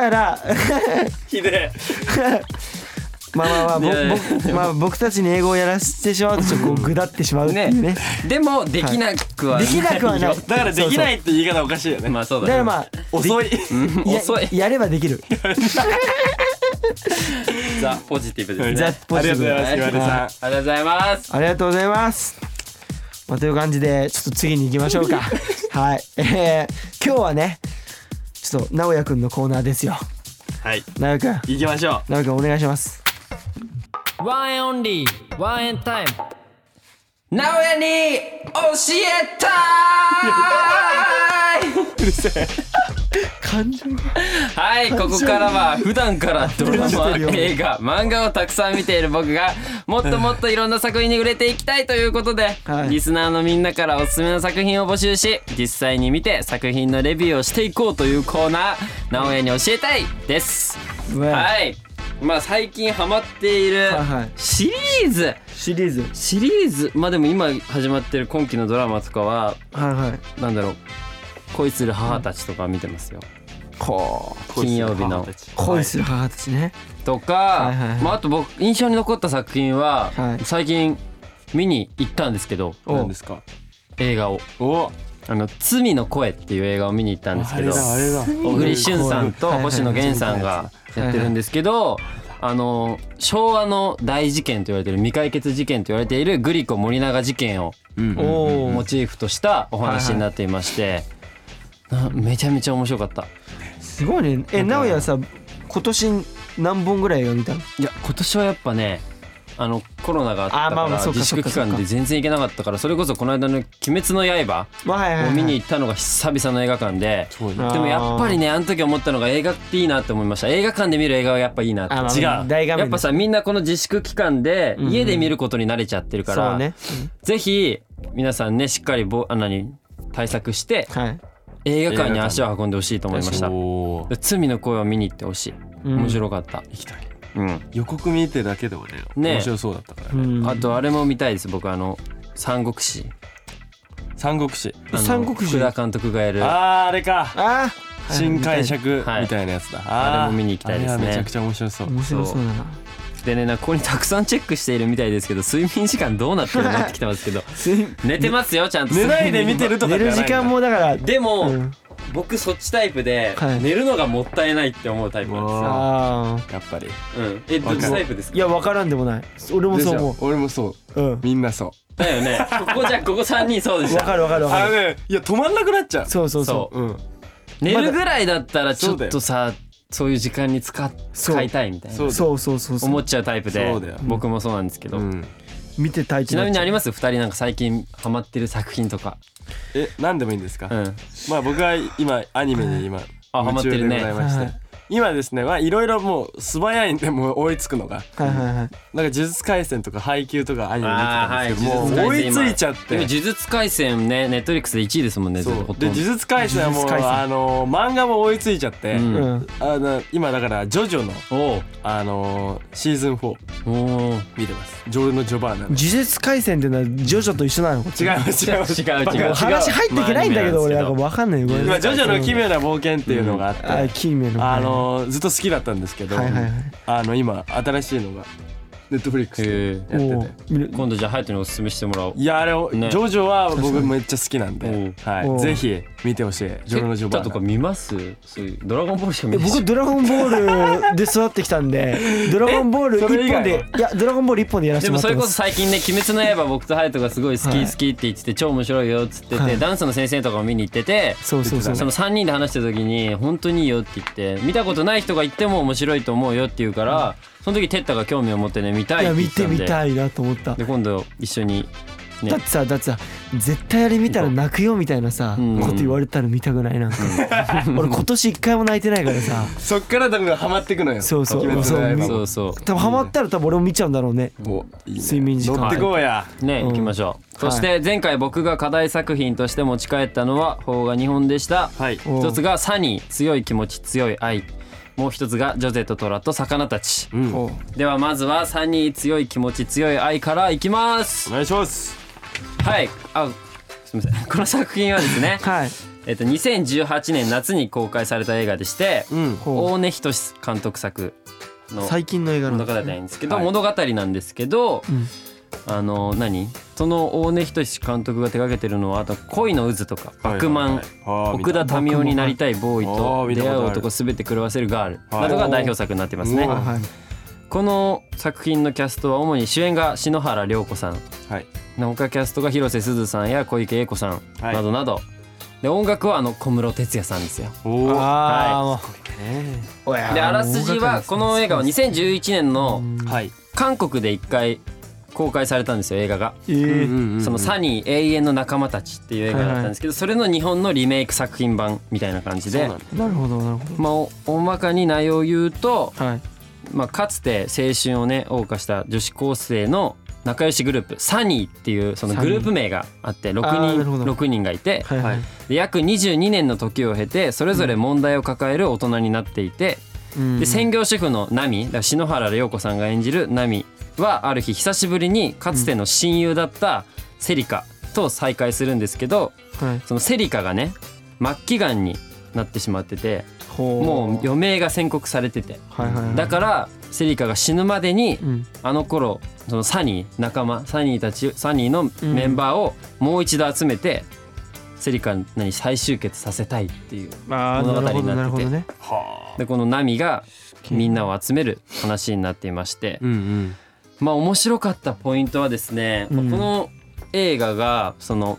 Speaker 3: から [LAUGHS]
Speaker 2: ひで
Speaker 3: まあまあまあぼ
Speaker 2: いやいや
Speaker 3: 僕まあ僕たちに英語をやらせてしまうとちょっとこうぐだってしまうっていうね
Speaker 2: ねでもできなくは
Speaker 3: できなくはない
Speaker 2: よ
Speaker 4: だからできないって言い方おかしいよね
Speaker 2: まあそう
Speaker 3: だか
Speaker 2: だ
Speaker 3: ら
Speaker 2: ね
Speaker 3: まあ
Speaker 4: 遅い
Speaker 3: や
Speaker 2: 遅い
Speaker 3: やればできる
Speaker 2: ザポジティブですね
Speaker 3: ザポジティブ
Speaker 4: ありがとうございます
Speaker 2: あり
Speaker 4: 岩出さん
Speaker 2: がとうございます
Speaker 3: ありがとうございます。まあ、という感じでちょっと次に行きましょうか。はい、えー、今日はねちょっと直哉くんのコーナーですよ。
Speaker 4: はい
Speaker 3: 直哉くん
Speaker 4: 行きましょう
Speaker 3: 直哉くんお願いします。
Speaker 2: ワンエンオンリー、ワンエンタイム。なおやに教えた
Speaker 3: [LAUGHS]
Speaker 2: ーい。はい、ここからは普段からドラマ、映画、漫画をたくさん見ている僕が、もっともっといろんな作品に触れていきたいということで、
Speaker 3: はい
Speaker 2: リスナーのみんなからおすすめの作品を募集し、実際に見て作品のレビューをしていこうというコーナー、なおやに教えたいです。
Speaker 3: い、
Speaker 2: はい。まあ最近ハマってい
Speaker 3: は
Speaker 2: る
Speaker 3: いはい
Speaker 2: シリーズ。
Speaker 3: シリーズ
Speaker 2: シリーズまあでも今始まってる今期のドラマとかは
Speaker 3: はいはい。
Speaker 2: なんだろう恋する母たちとか見てますよ
Speaker 3: こう
Speaker 2: 金曜日の
Speaker 3: 恋する母たちね。
Speaker 2: とか、
Speaker 3: いはいはい
Speaker 2: まあ、あと僕印象に残った作品は、
Speaker 3: はい
Speaker 2: 最近見に行ったんですけど
Speaker 4: 何ですか
Speaker 2: 映画を
Speaker 4: お
Speaker 2: あの「罪の声」っていう映画を見に行ったんですけど
Speaker 4: あれだあれだ
Speaker 2: 小栗旬さんと
Speaker 3: はいはい
Speaker 2: 星野源さんがやってるんですけど、あの昭和の大事件と言われてる未解決事件と言われているグリコ森永事件を
Speaker 4: うん
Speaker 3: おお
Speaker 2: モチーフとしたお話になっていまして、なめちゃめちゃ面白かった
Speaker 3: すごいね。え直哉さ今年何本ぐらい映画見たの？
Speaker 2: いや今年はやっぱねあのコロナがあった
Speaker 3: あーまあ
Speaker 2: か
Speaker 3: まあ
Speaker 2: ら
Speaker 3: そうか
Speaker 2: 自粛期
Speaker 3: そうか
Speaker 2: 間で全然行けなかったからそれこそこの間の「鬼滅の刃
Speaker 3: まあはい」はい、は
Speaker 2: を
Speaker 3: い。
Speaker 2: 見に行ったのが久々の映画館で。
Speaker 4: そう
Speaker 3: あ
Speaker 4: だ
Speaker 3: ー
Speaker 2: でもやっぱりねあの時思ったのが映画っていいなって思いました映画館で見る映画はやっぱいいなって
Speaker 3: あまあ
Speaker 4: 違う
Speaker 3: 大画面
Speaker 2: やっぱ
Speaker 3: だ
Speaker 2: さみんなこの自粛期間で
Speaker 3: うん
Speaker 2: 家で見ることに慣れちゃってるか
Speaker 3: そ
Speaker 2: ら、
Speaker 3: うね。
Speaker 2: ぜひ皆さんねしっかりぼあ何対策して
Speaker 3: はい。
Speaker 2: 映画館に足を運んでほしいと思いました
Speaker 4: おー
Speaker 2: 罪の声を見に行ってほしい
Speaker 3: うん
Speaker 2: 面白かった、
Speaker 4: 行きたい
Speaker 2: うん
Speaker 4: 予告見てだけで俺
Speaker 2: ね
Speaker 4: 面白そうだったから
Speaker 3: うん
Speaker 2: あとあれも見たいです僕あの「三国志
Speaker 4: 三国志」
Speaker 2: あの
Speaker 3: 三国志
Speaker 2: 福田監督がやるあ
Speaker 4: あーあれか
Speaker 3: あー
Speaker 4: 新解
Speaker 3: はい
Speaker 4: 釈み
Speaker 2: はい
Speaker 4: たいなやつだ
Speaker 2: あれも見に行きたいですね
Speaker 4: あれはめちゃくちゃ面白そう
Speaker 3: 面白そうだな。
Speaker 2: でねなんかここにたくさんチェックしているみたいですけど睡眠時間どうなってるのってきてますけど寝てますよちゃんと
Speaker 4: 寝ないで見 [LAUGHS] てると
Speaker 3: [LAUGHS]
Speaker 4: か
Speaker 3: 寝
Speaker 4: じ
Speaker 3: る
Speaker 4: ゃないん
Speaker 3: 時
Speaker 4: だ
Speaker 3: 間もだから
Speaker 2: でも、
Speaker 3: うん
Speaker 2: 僕そっちタイプで、
Speaker 3: はい
Speaker 2: 寝るのがもったいないって思うタイプなんで
Speaker 3: あ
Speaker 4: やっぱり
Speaker 2: すよ、うん、えど
Speaker 4: わ
Speaker 2: っ
Speaker 4: かる
Speaker 2: ちタイプです
Speaker 3: ー
Speaker 2: か
Speaker 3: いや分からんでもない俺もそう思
Speaker 4: でしょ俺もそう
Speaker 3: ううん
Speaker 4: みんなそう
Speaker 2: だよねここじゃここ3人そうでし
Speaker 3: 分
Speaker 2: た
Speaker 3: かる分かる分
Speaker 4: あ
Speaker 3: か
Speaker 4: の
Speaker 3: る
Speaker 4: ねいや止まんなくなっちゃう
Speaker 3: そうそうそ
Speaker 2: そうう
Speaker 4: うん
Speaker 2: 寝るぐらいだったらちょっ
Speaker 4: そうだ
Speaker 2: と
Speaker 4: よ
Speaker 2: さそういう時間に使っ
Speaker 3: そう
Speaker 2: 使いたいみたい
Speaker 4: そ
Speaker 2: な
Speaker 4: う
Speaker 3: そうそうそうそ
Speaker 2: 思
Speaker 3: う
Speaker 2: っちゃうタイプで
Speaker 4: そうだよ
Speaker 2: 僕もそうなんですけど、
Speaker 4: うん
Speaker 3: 見てたい
Speaker 2: ちなみにあり
Speaker 3: ま
Speaker 2: ます2人なんか最近ハマってる作品とか、
Speaker 4: え何でもいいんですか
Speaker 2: うん、
Speaker 4: まあ僕は今アニメに今
Speaker 2: あハマっ
Speaker 4: 夢
Speaker 2: てる
Speaker 4: 中でご
Speaker 2: ね
Speaker 4: ざいまし
Speaker 3: は
Speaker 4: て
Speaker 3: い
Speaker 4: 今ですねまあいろいろもう素早いんでもう追いつくのが
Speaker 3: はいはいはい
Speaker 4: なんか呪術廻戦とか配給とかアニメ見てたんですけ
Speaker 2: あー
Speaker 4: ど
Speaker 2: はい
Speaker 4: もう
Speaker 2: 呪
Speaker 4: 追
Speaker 2: 術廻戦
Speaker 4: いついちゃっ
Speaker 2: でも
Speaker 4: て
Speaker 2: 呪術廻戦ねネットリックスで1位ですもんね
Speaker 4: そう
Speaker 2: ずっ
Speaker 4: で
Speaker 2: とほとんど
Speaker 4: 呪術廻戦はも
Speaker 3: 呪
Speaker 4: う
Speaker 3: 術廻戦
Speaker 4: あのー漫画も追いついちゃって
Speaker 2: うん
Speaker 3: うん
Speaker 4: あの今だからジョジョの
Speaker 2: おう
Speaker 4: あのーシーズン4
Speaker 2: おう
Speaker 4: 見てますジョルノ・ジョバーナ
Speaker 3: 呪術廻戦ってのはジョジョと一緒なのこっち
Speaker 4: 違います違います
Speaker 2: [LAUGHS] 違う違う
Speaker 4: バカ
Speaker 2: 違う
Speaker 3: 話入っていけないんだけど
Speaker 2: まあ
Speaker 3: 俺
Speaker 2: ア
Speaker 3: な
Speaker 2: ニメなんんです
Speaker 3: か
Speaker 2: けど
Speaker 3: 分かんないよこれ
Speaker 4: 今ジョジョの奇妙な冒険っていうのがあって、
Speaker 3: あ奇妙な
Speaker 4: あのーずっと好きだったんですけど、
Speaker 3: はいはいはい
Speaker 4: あの今新しいのがネットフリックスで
Speaker 2: へえ
Speaker 4: やってて、
Speaker 3: 見る
Speaker 2: 今度じゃあ隼人におすすめしてもらおう
Speaker 4: いやあれを、
Speaker 2: ね
Speaker 4: ジョジョは僕めっちゃ好きなんで、
Speaker 2: うん
Speaker 3: う
Speaker 4: は
Speaker 3: ん
Speaker 4: い、ぜひ見てほしいジョルノジョ
Speaker 2: ペッ
Speaker 4: バ
Speaker 2: タとか
Speaker 4: ー
Speaker 2: 見ますそういうドラゴンボールしか見
Speaker 3: え
Speaker 2: ない
Speaker 3: 僕ドラゴンボールで育ってきたんでドラゴンボール一
Speaker 4: それ以
Speaker 3: 本
Speaker 4: 外は
Speaker 3: でいやドラゴンボール一本でやらせて
Speaker 2: で
Speaker 3: もらっ
Speaker 2: もそ
Speaker 3: て
Speaker 2: れこ
Speaker 3: ま
Speaker 2: そ
Speaker 3: す
Speaker 2: 最近ね「鬼滅の刃」僕と隼人がすごい好
Speaker 3: はい
Speaker 2: き好きって言ってて超面白いよっつって
Speaker 3: は
Speaker 2: て
Speaker 3: い
Speaker 2: ダンスの先生とかも見に行ってて
Speaker 3: そうそうそう
Speaker 2: その3人で話してた時に「本当にいいよ」って言って見たことない人が言っても面白いと思うよって言うからその時テッタが興味を持ってね見た
Speaker 3: い
Speaker 2: いっ
Speaker 3: や
Speaker 2: て
Speaker 3: 見
Speaker 2: 言ってた
Speaker 3: て
Speaker 2: んで
Speaker 3: みたいなと思った
Speaker 2: で今度一緒にね
Speaker 3: だってさだってさ絶対あれ見たら泣くよみたいなさ
Speaker 2: うん
Speaker 3: こと言われたら見たくないなんか [LAUGHS] 俺今年一回も泣いてないからさ
Speaker 4: そっから多分ハマっていくのよ
Speaker 3: そうそう
Speaker 4: 鬼滅の刃も
Speaker 2: そうそ
Speaker 3: 多分ハマったら多分俺も見ちゃうんだろうね
Speaker 4: おいいね
Speaker 3: 睡眠時間
Speaker 4: 乗ってこうや
Speaker 2: うね
Speaker 3: うん
Speaker 2: 行きましょうそして前回僕が課題作品として持ち帰ったのは邦画2本でした
Speaker 4: はい
Speaker 3: お
Speaker 2: 一つが「サニー強い気持ち強い愛」もう一つが「ジョゼとトラと魚たち」
Speaker 4: うんお
Speaker 3: お
Speaker 2: ではまずは3人強い気持ち強い愛からいきます
Speaker 4: 願いします
Speaker 2: はいあすみませんこの作品はですね、
Speaker 3: はい
Speaker 2: えっと、2018年夏に公開された映画でして、
Speaker 4: うん
Speaker 3: ほ
Speaker 2: 大根仁監督作
Speaker 3: う
Speaker 2: の
Speaker 3: 最近の映画な
Speaker 2: 物
Speaker 3: ん
Speaker 2: 語
Speaker 3: だ
Speaker 2: なんですけど、
Speaker 4: はい
Speaker 2: 物語なんですけど、
Speaker 3: ん
Speaker 2: あの何その大根仁監督が手掛けてるのはあと「恋の渦」とか「バクマン」奥田民生になりたいボーイ
Speaker 4: あー
Speaker 2: と
Speaker 4: 見た
Speaker 2: 出会う
Speaker 4: あー見たことある
Speaker 2: 男すべて狂わせるガール
Speaker 4: は
Speaker 2: ないどが代表作になってますね、
Speaker 4: うわ
Speaker 3: はい
Speaker 2: この作品のキャストは主に主演が篠原涼子さん
Speaker 4: はい
Speaker 2: 他キャストが広瀬すずさんや小池栄子さん
Speaker 4: はい
Speaker 2: などなど、で音楽はあの小室哲哉さんですよ
Speaker 4: おー
Speaker 3: あーおや
Speaker 2: であらすじはこの映画は2011年の
Speaker 4: はい
Speaker 2: 韓国で一回公開されたんですよ映画が、
Speaker 3: えー
Speaker 2: その「サニー永遠の仲間たち」っていう映画だったんですけど、それの日本のリメイク作品版みたいな感じ
Speaker 4: そう
Speaker 2: で
Speaker 4: なんだ
Speaker 3: なるほどなるほ
Speaker 2: まあお大まかに内容を言うと、
Speaker 3: どはい
Speaker 2: まあ、かつて青春をね謳歌した女子高生の仲良しグループサニーっていうそのグループ名があって
Speaker 3: あーなるほど
Speaker 2: 6人六人がいて
Speaker 3: はいはい
Speaker 4: はい
Speaker 2: で約22年の時を経てそれぞれ問題を抱える大人になっていて
Speaker 3: うん
Speaker 2: で専業主婦のナミだから篠原涼子さんが演じるナミはある日久しぶりにかつての親友だったセリカと再会するんですけど
Speaker 3: はい
Speaker 2: そのセリカがね末期がんになってしまってて
Speaker 3: ほ
Speaker 2: もう余命が宣告されてて
Speaker 3: はいはいはい
Speaker 2: だからセリカが死ぬまでに
Speaker 3: うん
Speaker 2: あの頃そのサニー仲間サニーたちサニーのメンバーをもう一度集めて、セリカに再集結させたいっていう
Speaker 3: ああな
Speaker 2: 物
Speaker 3: る
Speaker 2: 語
Speaker 3: ほど
Speaker 2: に
Speaker 3: な
Speaker 2: な
Speaker 3: る
Speaker 2: っ
Speaker 3: ほ
Speaker 2: て
Speaker 3: ど
Speaker 2: て
Speaker 3: ね
Speaker 4: は
Speaker 2: でこのナミがみんなを集める話になっていまして、
Speaker 4: うんうん
Speaker 2: まあ面白かったポイントはですね、
Speaker 3: うん
Speaker 2: この映画がその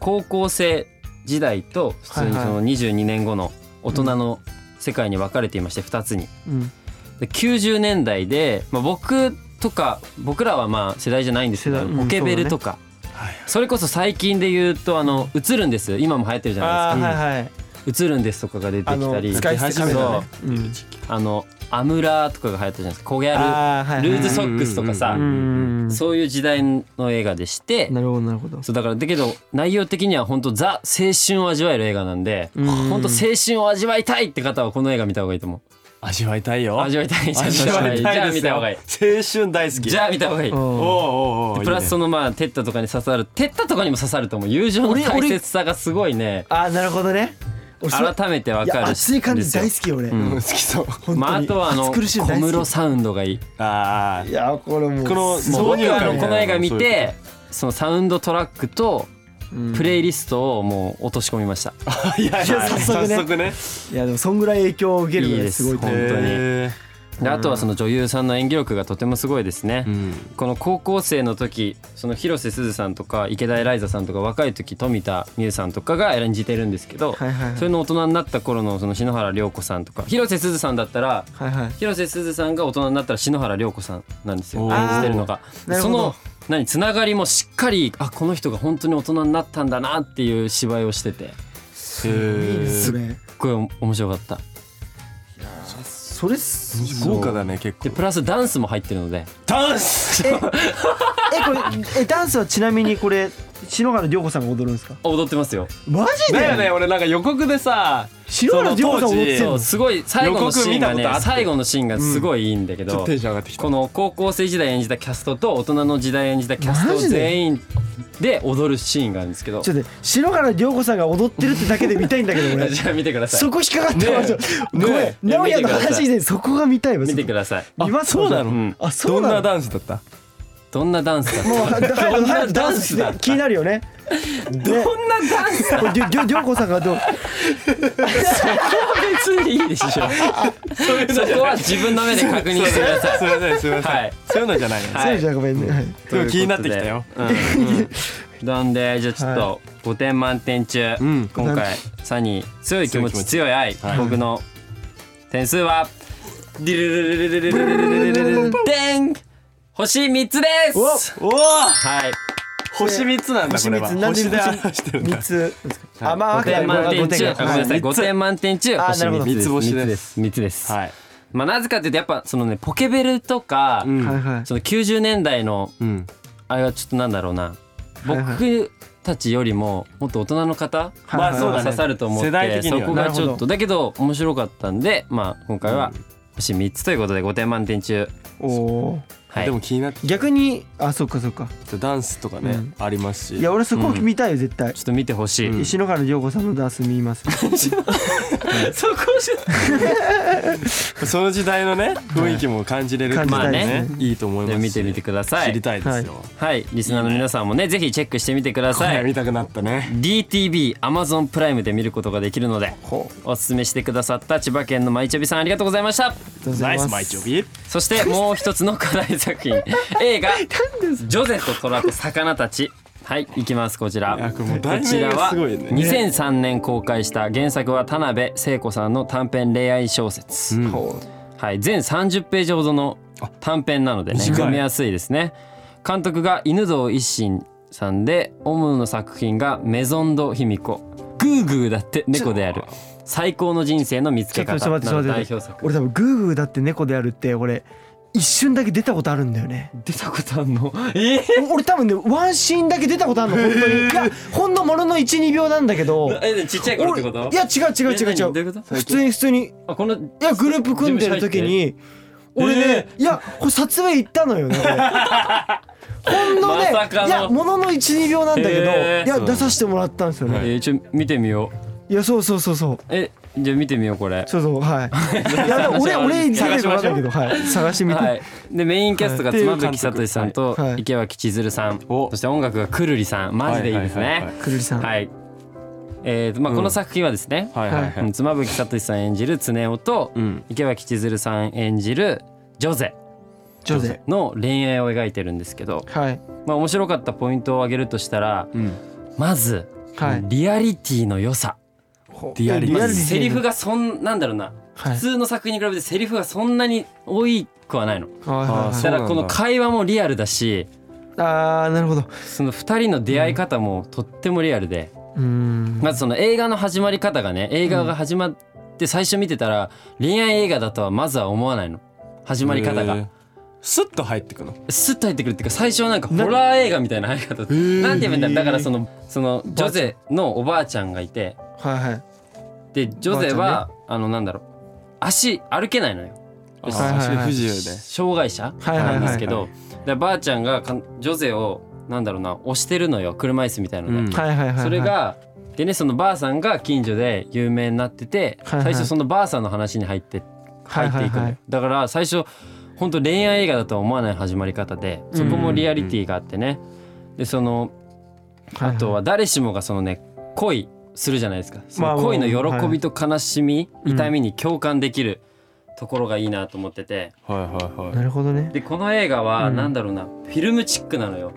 Speaker 2: 高校生時代と普通にそ
Speaker 3: はいは
Speaker 2: の22年後の大人の世界に分かれていまして2つに。
Speaker 3: うん
Speaker 2: で90年代で、まあ、僕とか僕らはまあ世代じゃないんですけど、
Speaker 3: 世代うん
Speaker 2: ポケベルとかそ,、
Speaker 4: はい
Speaker 2: れこそ最近で言うとあの映るんです今も流行ってるじゃ
Speaker 3: あ
Speaker 2: な
Speaker 3: あ
Speaker 2: いですか
Speaker 3: はいはい
Speaker 2: 「映るんです」とかが出て
Speaker 3: あ
Speaker 2: きた
Speaker 3: の
Speaker 2: り
Speaker 3: 使い捨てカメラねうん
Speaker 2: あのアムラーとかが流行ったじゃないですかコギャ
Speaker 3: ああはいは
Speaker 2: ル
Speaker 3: い
Speaker 2: ルーズソックスとかさ、
Speaker 3: うんうんうん
Speaker 2: そういう時代の映画でして
Speaker 3: なるほどなるほど
Speaker 2: そうだからだけど内容的には本当ザ青春を味わえる映画なんで
Speaker 3: うん
Speaker 2: 本当青春を味わいたいって方はこの映画見た方がいいと思
Speaker 4: 味わいたいうよ
Speaker 2: 味わいたいじゃん
Speaker 4: 味わい
Speaker 2: じゃ
Speaker 4: た
Speaker 2: あ
Speaker 4: いで
Speaker 2: 見
Speaker 4: す
Speaker 2: た
Speaker 4: よ
Speaker 2: 方がいい
Speaker 4: 青春大好き
Speaker 2: じゃあ見た方がいい
Speaker 4: おー
Speaker 3: お
Speaker 4: おーおー
Speaker 2: プラスそのまあテッタとかに刺さるテッタとかにも刺さると思う友情の
Speaker 3: 俺俺
Speaker 2: 大切さがすごいね
Speaker 3: ああなるほどね俺それ
Speaker 2: 改めてわ
Speaker 3: い
Speaker 2: か
Speaker 3: や
Speaker 2: る
Speaker 3: 熱い感じ大好きよ俺
Speaker 2: ん
Speaker 4: いいね好きそう
Speaker 3: 本
Speaker 2: まあ
Speaker 3: 当
Speaker 2: あ
Speaker 3: に
Speaker 2: とはあの
Speaker 3: 暑
Speaker 2: 小
Speaker 3: 苦しいの大好き
Speaker 2: 室サウンドがいい
Speaker 4: あ
Speaker 1: いやこれもう
Speaker 4: この
Speaker 1: す
Speaker 2: も
Speaker 1: ご
Speaker 2: う
Speaker 4: 挿
Speaker 1: い
Speaker 4: 入
Speaker 2: 僕はあ
Speaker 4: 感
Speaker 2: の
Speaker 4: ね
Speaker 2: この映画見
Speaker 4: そういう
Speaker 2: てそのサウンドトラックとプレイリストをもう落とし込みました
Speaker 4: あいやいや
Speaker 3: 早速ね
Speaker 4: 早速ね
Speaker 3: いやでもそんぐらい影響を受けるぐ
Speaker 2: いい
Speaker 3: ら
Speaker 2: で
Speaker 3: い
Speaker 2: す
Speaker 3: すごいと思う
Speaker 2: 本当に
Speaker 4: へ
Speaker 2: であとはその女優さんの演技力がとてもすごいですね
Speaker 4: ーうん
Speaker 2: この高校生の時その広瀬すずさんとか池田エライザさんとか若い時富田美優さんとかが演じてるんですけど、
Speaker 3: はいはいはい
Speaker 2: それの大人になった頃のその篠原涼子さんとか広瀬すずさんだったら
Speaker 3: はいはい
Speaker 2: 広瀬すずさんが大人になったら篠原涼子さんなんですよ
Speaker 4: お
Speaker 2: 演
Speaker 4: ー
Speaker 2: じてるのが
Speaker 3: あーなる
Speaker 2: そ
Speaker 3: ほど
Speaker 2: の何つながりもしっかりあこの人が本当に大人になったんだなっていう芝居をしてて
Speaker 3: そ
Speaker 4: す
Speaker 3: れ
Speaker 2: これ面白かった
Speaker 3: それす
Speaker 4: 豪華だね結
Speaker 2: で
Speaker 4: 構
Speaker 2: プラスダンスも入ってるので
Speaker 4: ダンス
Speaker 3: えこれえダンスはちなみにこれ篠原涼子さんが踊るんですか
Speaker 2: あ踊ってますよ
Speaker 3: マジで
Speaker 4: だよね俺なんか予告でさ
Speaker 3: 篠原涼子さん踊ってん
Speaker 2: そ
Speaker 3: の
Speaker 2: うすごい最後のシーンが
Speaker 4: 予告見たことあっ
Speaker 2: ね
Speaker 4: て
Speaker 2: 最後のシーンがすごいいいんだけ
Speaker 4: ちょっ
Speaker 2: ど、
Speaker 4: とテンション上がってきた
Speaker 2: この高校生時代演じたキャストと大人の時代演じたキャスト
Speaker 3: マジで
Speaker 2: 全員で踊るシーンがあるんですけど
Speaker 3: ちょっと篠原涼子さんが踊ってるってだけで見たいんだけど
Speaker 2: [LAUGHS]
Speaker 3: 俺
Speaker 2: じゃあ見てください
Speaker 3: そこ引っかかってま
Speaker 2: ね
Speaker 3: す
Speaker 2: え
Speaker 3: ごめ
Speaker 2: ね
Speaker 3: ん
Speaker 2: え
Speaker 3: 直哉の話でそこが見たいわ
Speaker 2: 見てく
Speaker 3: だ
Speaker 2: ださい
Speaker 3: 見ます
Speaker 4: そうな
Speaker 2: う
Speaker 4: の
Speaker 2: ん
Speaker 3: あそ
Speaker 4: ど
Speaker 3: うんな
Speaker 4: な
Speaker 3: の
Speaker 4: ダンスだった
Speaker 2: どんなダンスだ
Speaker 3: もうは早く早くダンス
Speaker 2: どんなダンスだ
Speaker 3: で気になるよねどんなダンスだ涼子さんがどう
Speaker 2: 別にいい [LAUGHS] でしょそこは自分の目で確認してください
Speaker 4: すいませんすいません、
Speaker 2: はい
Speaker 4: そういうのじゃないの、
Speaker 2: はい
Speaker 3: そうじゃんごめんねはい
Speaker 4: でも気になってきたよ
Speaker 2: うん、なんでじゃあちょっと5点満点中、
Speaker 4: うん
Speaker 2: 今回サニー強い気持ち強い愛僕の点数はディルルルルルルルルルルルルでん星三つです
Speaker 4: おお
Speaker 2: はい
Speaker 4: 星三つなんだこれは
Speaker 3: 星三つなんで
Speaker 4: 星で表してるん
Speaker 3: 三
Speaker 4: だ
Speaker 3: つあまあ
Speaker 2: 5点満点中
Speaker 3: は
Speaker 2: ごめんなさい
Speaker 4: 五
Speaker 2: 5
Speaker 4: 点
Speaker 2: 点満点中
Speaker 3: あーな
Speaker 2: 星
Speaker 3: るほど
Speaker 2: 三つ
Speaker 4: 三つ星です
Speaker 2: 三つです
Speaker 4: はい
Speaker 2: まあなぜかっていうとやっぱそのねポケベルとか、
Speaker 4: うん
Speaker 3: はいはい
Speaker 2: その90年代の
Speaker 4: うん
Speaker 2: あれはちょっとなんだろうな
Speaker 3: はいは
Speaker 2: 僕たちよりももっと大人の方
Speaker 3: はいはい
Speaker 4: まあそうだね
Speaker 2: 刺さると思って、
Speaker 4: 世代的には
Speaker 2: そ
Speaker 4: ね
Speaker 2: こがちょっとだけど面白かったんでまあ今回は星3つということで5点満点中
Speaker 3: おお
Speaker 2: はい
Speaker 4: でも気になって
Speaker 3: 逆にあそっかそっか
Speaker 4: きたダンスとかね、
Speaker 3: うん
Speaker 4: ありますし
Speaker 3: いや俺そこ見たいよ絶対
Speaker 2: ちょっと見てほしい、
Speaker 4: うん
Speaker 3: 篠原涼子さんのダンス見ます
Speaker 2: [LAUGHS] そこじ
Speaker 4: その時代のね雰囲気も感じれるっていうの
Speaker 2: 感
Speaker 4: は
Speaker 2: じたい
Speaker 4: ね
Speaker 3: ですね
Speaker 4: いいと思います
Speaker 2: ゃ
Speaker 4: し
Speaker 2: 見てみてくださ
Speaker 4: 知
Speaker 2: い
Speaker 4: りたいですよ、
Speaker 2: はいリスナーの皆さんもねぜひチェックしてみてくだ
Speaker 4: これ
Speaker 2: さい
Speaker 4: 見たくなったね
Speaker 2: DTV アマゾンプライムで見ることができるのでおすすめしてくださった千葉県のまいちょびさんありがとうございました
Speaker 4: ナイスマイチョビ
Speaker 2: そ
Speaker 4: [LAUGHS]
Speaker 2: してもう一つの課題作品映画「ジョゼと虎と魚たち」はい行きますこちら
Speaker 4: いや
Speaker 2: こ
Speaker 4: これもう題
Speaker 2: ち
Speaker 4: 名
Speaker 2: ら
Speaker 4: が
Speaker 2: は
Speaker 4: すごいね
Speaker 2: 2003年公開した原作は田辺聖子さんの短編恋愛小説、
Speaker 4: うん
Speaker 2: はい、全30ページほどの短編なのでね
Speaker 4: 短い
Speaker 2: 読みやすいですね監督が犬堂一心さんでオムの作品が「メゾンド卑弥呼」「グーグーだって猫である」最高の人生の見つ
Speaker 3: ちょ
Speaker 2: け
Speaker 3: っと
Speaker 2: 方
Speaker 3: ちょっと待ってちょ
Speaker 2: な
Speaker 3: っと
Speaker 2: ど代
Speaker 3: 待っ
Speaker 2: 表
Speaker 3: て
Speaker 2: 作
Speaker 3: 俺多分グーグーだって猫であるって俺一瞬だけ出たことあるんだよね
Speaker 2: 出たことあんの [LAUGHS] ええ
Speaker 3: 俺多分ねワンシーンだけ出たことあるの本当にいやほんのものの12秒なんだけど
Speaker 2: えちっちゃい頃ってこと
Speaker 3: いや違う違う違う
Speaker 2: え何
Speaker 3: 違
Speaker 2: ど
Speaker 3: う
Speaker 2: ういうこと
Speaker 3: 普通に普通にい
Speaker 2: あこのい
Speaker 3: やグループ組んでる時に俺ね、いやこれ撮影行ったの
Speaker 2: [LAUGHS]
Speaker 3: よねこれほんのね、
Speaker 2: まさかの
Speaker 3: いやものの12秒なんだけど、
Speaker 2: へー
Speaker 3: いや出させてもらったんですよね、い、
Speaker 2: えー、ちょ見てみよう
Speaker 3: やそうそうそうそう
Speaker 2: えじゃあ見てみようこれ
Speaker 3: そうそうはい [LAUGHS] いやでも俺俺に出てるか分かんないけどはい探してみて、
Speaker 2: はいでメインキャストが
Speaker 4: はい
Speaker 2: 妻夫木聡さんと
Speaker 3: はい
Speaker 2: 池脇千鶴さん
Speaker 4: お
Speaker 2: そして音楽がくるりさんマジでいいです
Speaker 4: はいはい
Speaker 2: ね
Speaker 3: くるりさん、
Speaker 2: はいえーとまあこの作品はですね
Speaker 4: はいはいは
Speaker 2: うん
Speaker 4: い
Speaker 2: 妻夫木聡さん演じる常夫と
Speaker 4: うん
Speaker 2: 池脇千鶴さん演じるジョゼ
Speaker 3: ジョゼ
Speaker 2: の恋愛を描いてるんですけど
Speaker 3: はい
Speaker 2: まあ面白かったポイントを挙げるとしたら
Speaker 4: うん
Speaker 2: まず
Speaker 3: はい
Speaker 2: リアリティの良さ
Speaker 4: リアリティ
Speaker 2: ま
Speaker 4: リ
Speaker 2: ずセリフがそんなんだろうな
Speaker 3: はい
Speaker 2: 普通の作品に比べてセリフがそんなに多いくはないの
Speaker 3: はいはい
Speaker 4: あー
Speaker 2: だ
Speaker 4: そ
Speaker 3: は
Speaker 4: う
Speaker 3: い
Speaker 2: からこの会話もリアルだし
Speaker 3: ああなるほど
Speaker 2: その2人の出会い方もとってもリアルで
Speaker 3: うーん
Speaker 2: まずその映画の始まり方がね映画が始まって最初見てたら恋愛映画だとはまずは思わないの始まり方
Speaker 4: へ
Speaker 2: が
Speaker 4: ースッと入ってくの
Speaker 2: スッと入ってくるっていうか最初はなんかホラー映画みたいな入り方なんて言うんだろうだからそのそのジョゼのおばあちゃんがいて
Speaker 3: はいはい
Speaker 2: でジョゼはあのなんだろう足歩けないのよ
Speaker 4: あ
Speaker 3: はいはいはい
Speaker 4: 足の不自由で
Speaker 2: 障害者
Speaker 3: はいはいはい
Speaker 2: なんですけどでばあちゃんがかんジョゼをなんだろうな押してるのよ車椅子みたいので、
Speaker 4: うん
Speaker 3: はいはいはいはい
Speaker 2: それがでねそのばあさんが近所で有名になってて、
Speaker 3: はいはい
Speaker 2: 最初そのばあさんの話に入って入って
Speaker 3: はい
Speaker 2: いくのよ、
Speaker 3: はいはい
Speaker 2: だから最初本当恋愛映画だとは思わない始まり方でそこもリアリティがあってね、でそのあとは誰しもがそのね恋するじゃないですかそ
Speaker 3: まあ
Speaker 2: の恋
Speaker 3: もう
Speaker 2: の喜びと悲しみ、
Speaker 3: い
Speaker 2: 痛みに共感できるところがいいなと思ってて。
Speaker 4: はいはいはい
Speaker 3: なるほどね
Speaker 2: でこの映画は
Speaker 3: うん
Speaker 2: なんだろうな、フィルムチックなのよ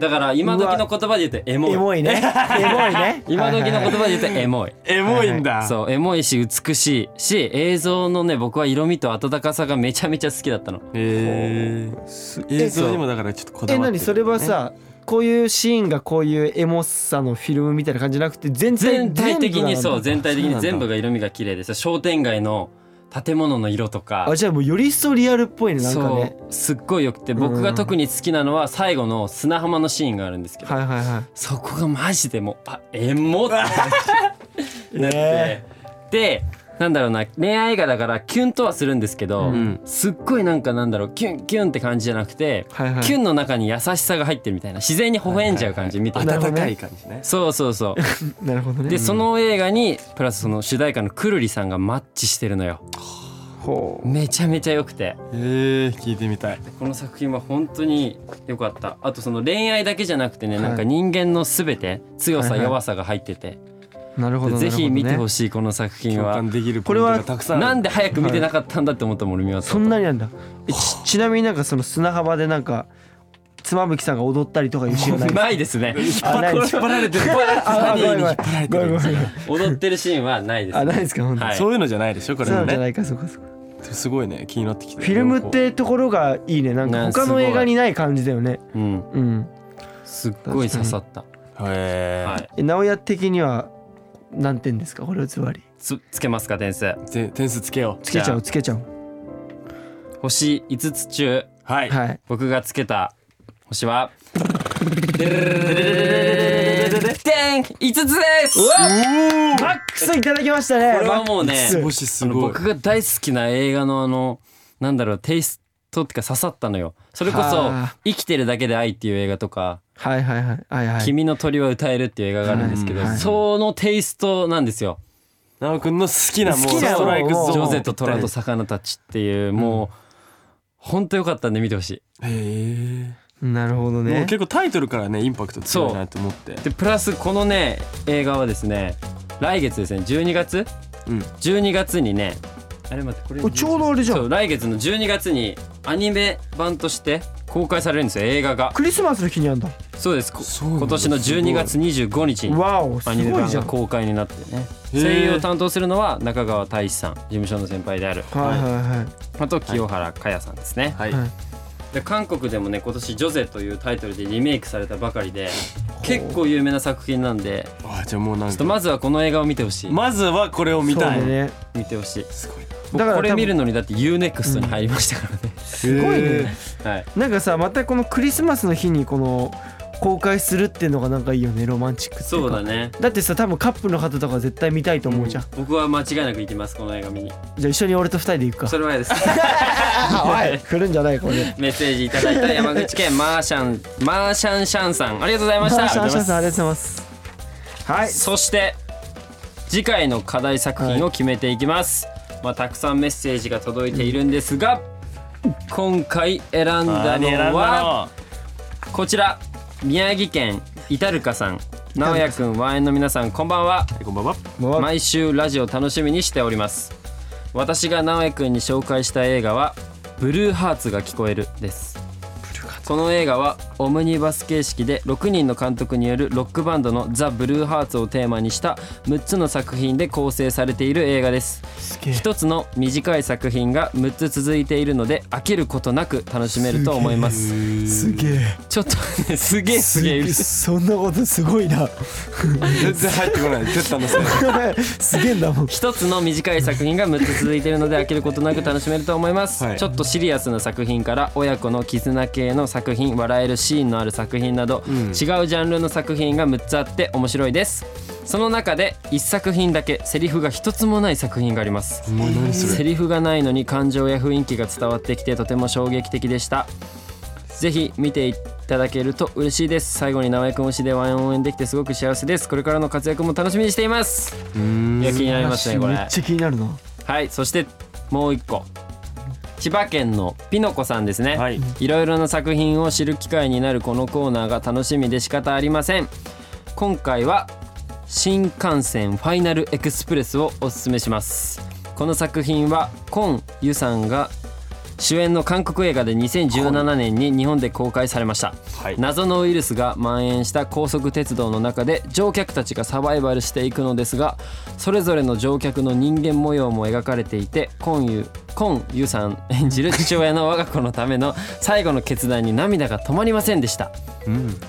Speaker 2: だから今時の言葉で言うとエモい
Speaker 3: エモい
Speaker 2: [LAUGHS]
Speaker 3: ねエモいね
Speaker 2: 今時の言
Speaker 3: と
Speaker 2: 葉で言うとエモい
Speaker 4: エモいんだ
Speaker 2: そうエモいし美しいし映像のね僕は色味と温かさがめちゃめちゃ好きだったの
Speaker 4: へー映像にもだからちょっとこだ
Speaker 3: え
Speaker 4: わって
Speaker 3: 何
Speaker 4: る
Speaker 3: それはさこういうシーンがこういうエモさのフィルムみたいな感じじゃなくて全体
Speaker 2: 全体的にそう
Speaker 3: 全部
Speaker 2: 全体的
Speaker 4: そう
Speaker 2: に
Speaker 4: なんだ
Speaker 2: 全部が色味が綺麗でさ商店街の建物の色と
Speaker 3: なの
Speaker 2: か
Speaker 3: あじゃあもうより一層リアルっぽいねなんか
Speaker 2: そ
Speaker 3: ね
Speaker 2: うすっごい良くて僕が特に好きなのは最後の砂浜のシーンがあるんですけど、
Speaker 3: はいはいはい
Speaker 2: そこがマジでもうあエモってなって、
Speaker 3: ね
Speaker 2: でなんだろうな恋愛映画だからキュンとはするんですけど、
Speaker 4: ん
Speaker 2: すっごいなんかなんだろうキュンキュンって感じじゃなくて、
Speaker 3: はいはい
Speaker 2: キュンの中に優しさが入ってるみたいな自然に微笑んじゃう感じ見てて、
Speaker 3: なるほど
Speaker 4: 温
Speaker 3: ね
Speaker 4: かい感じね
Speaker 2: そうそうそう
Speaker 3: なるほど [LAUGHS] ね
Speaker 2: でその映画にプラスその主題歌のくるりさんがマッチしてるのよ
Speaker 3: ほう
Speaker 2: めちゃめちゃ良くて
Speaker 4: ええ聞いてみたい
Speaker 2: この作品は本当に良かったあとその恋愛だけじゃなくてね、
Speaker 3: はい
Speaker 2: なんか人間の全て強さ
Speaker 3: はいはい
Speaker 2: 弱さが入ってて、
Speaker 3: なるほど
Speaker 2: ぜひ見てほ
Speaker 3: しい
Speaker 2: しいこの作品
Speaker 4: 共
Speaker 2: は
Speaker 4: 感できる
Speaker 3: こ
Speaker 4: ポ
Speaker 3: れ
Speaker 4: イント
Speaker 3: は
Speaker 4: がたくさんあ
Speaker 2: な
Speaker 4: る
Speaker 2: んで早く見てなかったんだって思ったもん俺見終わった
Speaker 3: そんなになんだえちちなみになんかその砂浜でなんか妻夫木さんが踊ったりとかいうシーンはな
Speaker 2: [LAUGHS]
Speaker 3: い
Speaker 2: ないですね
Speaker 3: あないです
Speaker 4: 引っ張られ
Speaker 2: [LAUGHS]
Speaker 4: てる
Speaker 3: あごめんごめんごめんごめん
Speaker 2: 踊ってるシーンはないです
Speaker 3: あないですかほんと
Speaker 2: はい
Speaker 4: そういうのじゃないでしょこれ
Speaker 3: そうな
Speaker 4: は
Speaker 3: んじゃな
Speaker 4: ね
Speaker 3: いかそうかそうか
Speaker 4: すごいね気になってきて
Speaker 3: フィルムってところがいいねなんか
Speaker 2: ね
Speaker 3: 他
Speaker 2: すご
Speaker 3: の
Speaker 2: い
Speaker 3: 映画にない感じだよね
Speaker 2: うん
Speaker 3: うん
Speaker 2: すっごい刺さった
Speaker 4: へ
Speaker 2: は
Speaker 4: え
Speaker 2: い
Speaker 3: え直哉的には何点ですかこれをズバリ
Speaker 2: つつけますか点数
Speaker 4: ぜ点数つけよ
Speaker 3: つけち
Speaker 2: じ
Speaker 3: ゃ
Speaker 2: ゃ
Speaker 3: う
Speaker 2: あ
Speaker 3: つけちゃう
Speaker 2: 星5つ中
Speaker 4: うはい
Speaker 3: はい
Speaker 2: 僕がつけた星は点5つです
Speaker 3: マックスいただきましたね
Speaker 2: これはもうね
Speaker 3: マックス
Speaker 4: 星す
Speaker 2: あの
Speaker 4: ごい
Speaker 2: 僕が大好きな映画のあのなんだろうテイストってか刺さったのよそれこそ
Speaker 3: はあ
Speaker 2: 「生きてるだけで愛」っていう映画とか
Speaker 3: はいはいはいはいは
Speaker 2: 「
Speaker 3: い
Speaker 2: 君の鳥は歌える」っていう映画があるんですけど
Speaker 3: はいはい
Speaker 2: そのテイストなんですよ
Speaker 4: なおくんの好きなもう
Speaker 3: 好き
Speaker 4: ス
Speaker 3: な
Speaker 4: トライクゾ
Speaker 3: も
Speaker 2: 「
Speaker 3: う
Speaker 2: ジョ
Speaker 4: ーン
Speaker 2: ゼと虎と魚たち」っていうもう本当よかったんで見てほしい
Speaker 4: へ
Speaker 3: なるほど
Speaker 4: えもう
Speaker 3: ね
Speaker 4: 結構タイトルからねインパクト強いなと思って
Speaker 2: でプラスこのね映画はですね来月ですね12月、
Speaker 4: うん
Speaker 2: 12月にねあれ待ってこれ
Speaker 3: おちょうどあれじゃん
Speaker 2: そう来月の12月にアニメ版として公開されるんですよ映画が
Speaker 3: クリスマスの日にあんだ
Speaker 2: そうですこ
Speaker 4: そうなんだ
Speaker 2: 今年の12月25日に
Speaker 3: わおす
Speaker 2: アニメ
Speaker 3: ごい
Speaker 2: 版
Speaker 3: じゃ
Speaker 2: が
Speaker 3: んはい
Speaker 2: 公開になってね
Speaker 4: へー
Speaker 2: 声優を担当するのは中川大志さん事務所の先輩である
Speaker 3: はいは
Speaker 2: あと清原果耶さんですね、
Speaker 4: はいい
Speaker 3: はい
Speaker 2: で韓国でもね今年「ジョゼ」というタイトルでリメイクされたばかりで結構有名な作品なんで
Speaker 4: あじゃあもうな
Speaker 2: ちょ
Speaker 4: ん
Speaker 2: っと
Speaker 4: か
Speaker 2: まずはこの映画を見てほしい
Speaker 4: まずはこれを見
Speaker 3: そう
Speaker 4: た
Speaker 3: だ
Speaker 4: い
Speaker 3: ね
Speaker 2: 見てほしい
Speaker 4: すごいな
Speaker 3: だから
Speaker 2: これ
Speaker 3: 多分
Speaker 2: 見るのにだって UNEXT に入りましたからね、
Speaker 3: すごい
Speaker 4: へ
Speaker 3: ね
Speaker 2: はい
Speaker 3: なんかさまたこのクリスマスの日にこの公開するっていうのがなんかいいよねロマンチックってい
Speaker 2: そうう
Speaker 3: か
Speaker 2: だね
Speaker 3: だってさ多分カップルの方とか絶対見たいと思うじゃん、
Speaker 2: 僕は間違いなく行きますこの映画見に
Speaker 3: じゃあ一緒に俺と二人で行くか
Speaker 2: それはです
Speaker 3: あおい来るんじゃないこ [LAUGHS] れ
Speaker 2: メッセージいただいた山口県マーシャンマーシャンシャンさんありがとうございまし
Speaker 3: シャンシャンシャン
Speaker 2: た
Speaker 3: さんありがとうございますはい
Speaker 2: そして次回の課題作品を決めていきます、まあたくさんメッセージが届いているんですが今回選んだの
Speaker 4: 何選んだ
Speaker 2: は
Speaker 4: の
Speaker 2: こちら宮城県イタルカさん直哉くんワインの皆さんこんばんは
Speaker 4: こんばんは
Speaker 3: もう
Speaker 2: 毎週ラジオ楽しみにしております私が直江くんに紹介した映画はブルーハーツが聞こえるですこの映画はオムニバス形式で6人の監督によるロックバンドのザ・ブルーハーツをテーマにした6つの作品で構成されている映画です
Speaker 3: すげえ
Speaker 2: 一つの短い作品が6つ続いているので飽きることなく楽しめると思います
Speaker 3: すげえ
Speaker 2: ちょっとねすげえすげえうるさ
Speaker 3: そんなことすごい [LAUGHS] な
Speaker 4: 全然入ってこないてったんですね
Speaker 3: すげえんだもん
Speaker 2: 一つの短い作品が6つ続いているので飽きることなく楽しめると思います、
Speaker 4: はい
Speaker 2: ちょっとシリアスな作品から親子の絆系の作品笑えるシーンのある作品など、違うジャンルの作品が6つあって面白いですその中で1作品だけセリフが1つもない作品があります
Speaker 4: もう何そ
Speaker 2: セ
Speaker 4: れ
Speaker 2: リフがないのに感情や雰囲気が伝わってきてとても衝撃的でしたぜひ見ていただけると嬉しいです最後に直江くん推しでワン応援できてすごく幸せですこれからの活躍も楽しみにしていますいや気になりますねこれ
Speaker 3: めっちゃ気になるな
Speaker 2: はいそしてもう一個千葉県のピノコさんですね、、
Speaker 4: はいい
Speaker 2: ろいろな作品を知る機会になるこのコーナーが楽しみで仕方ありません今回は新幹線ファイナルエクスプレスをおすすめしますこの作品はコン・ユさんが主演の韓国映画で2017年に日本で公開されました、
Speaker 4: はい
Speaker 2: 謎のウイルスが蔓延した高速鉄道の中で乗客たちがサバイバルしていくのですがそれぞれの乗客の人間模様も描かれていてコンユコンユさん演じる父親の我が子のための最後の決断に涙が止まりませんでした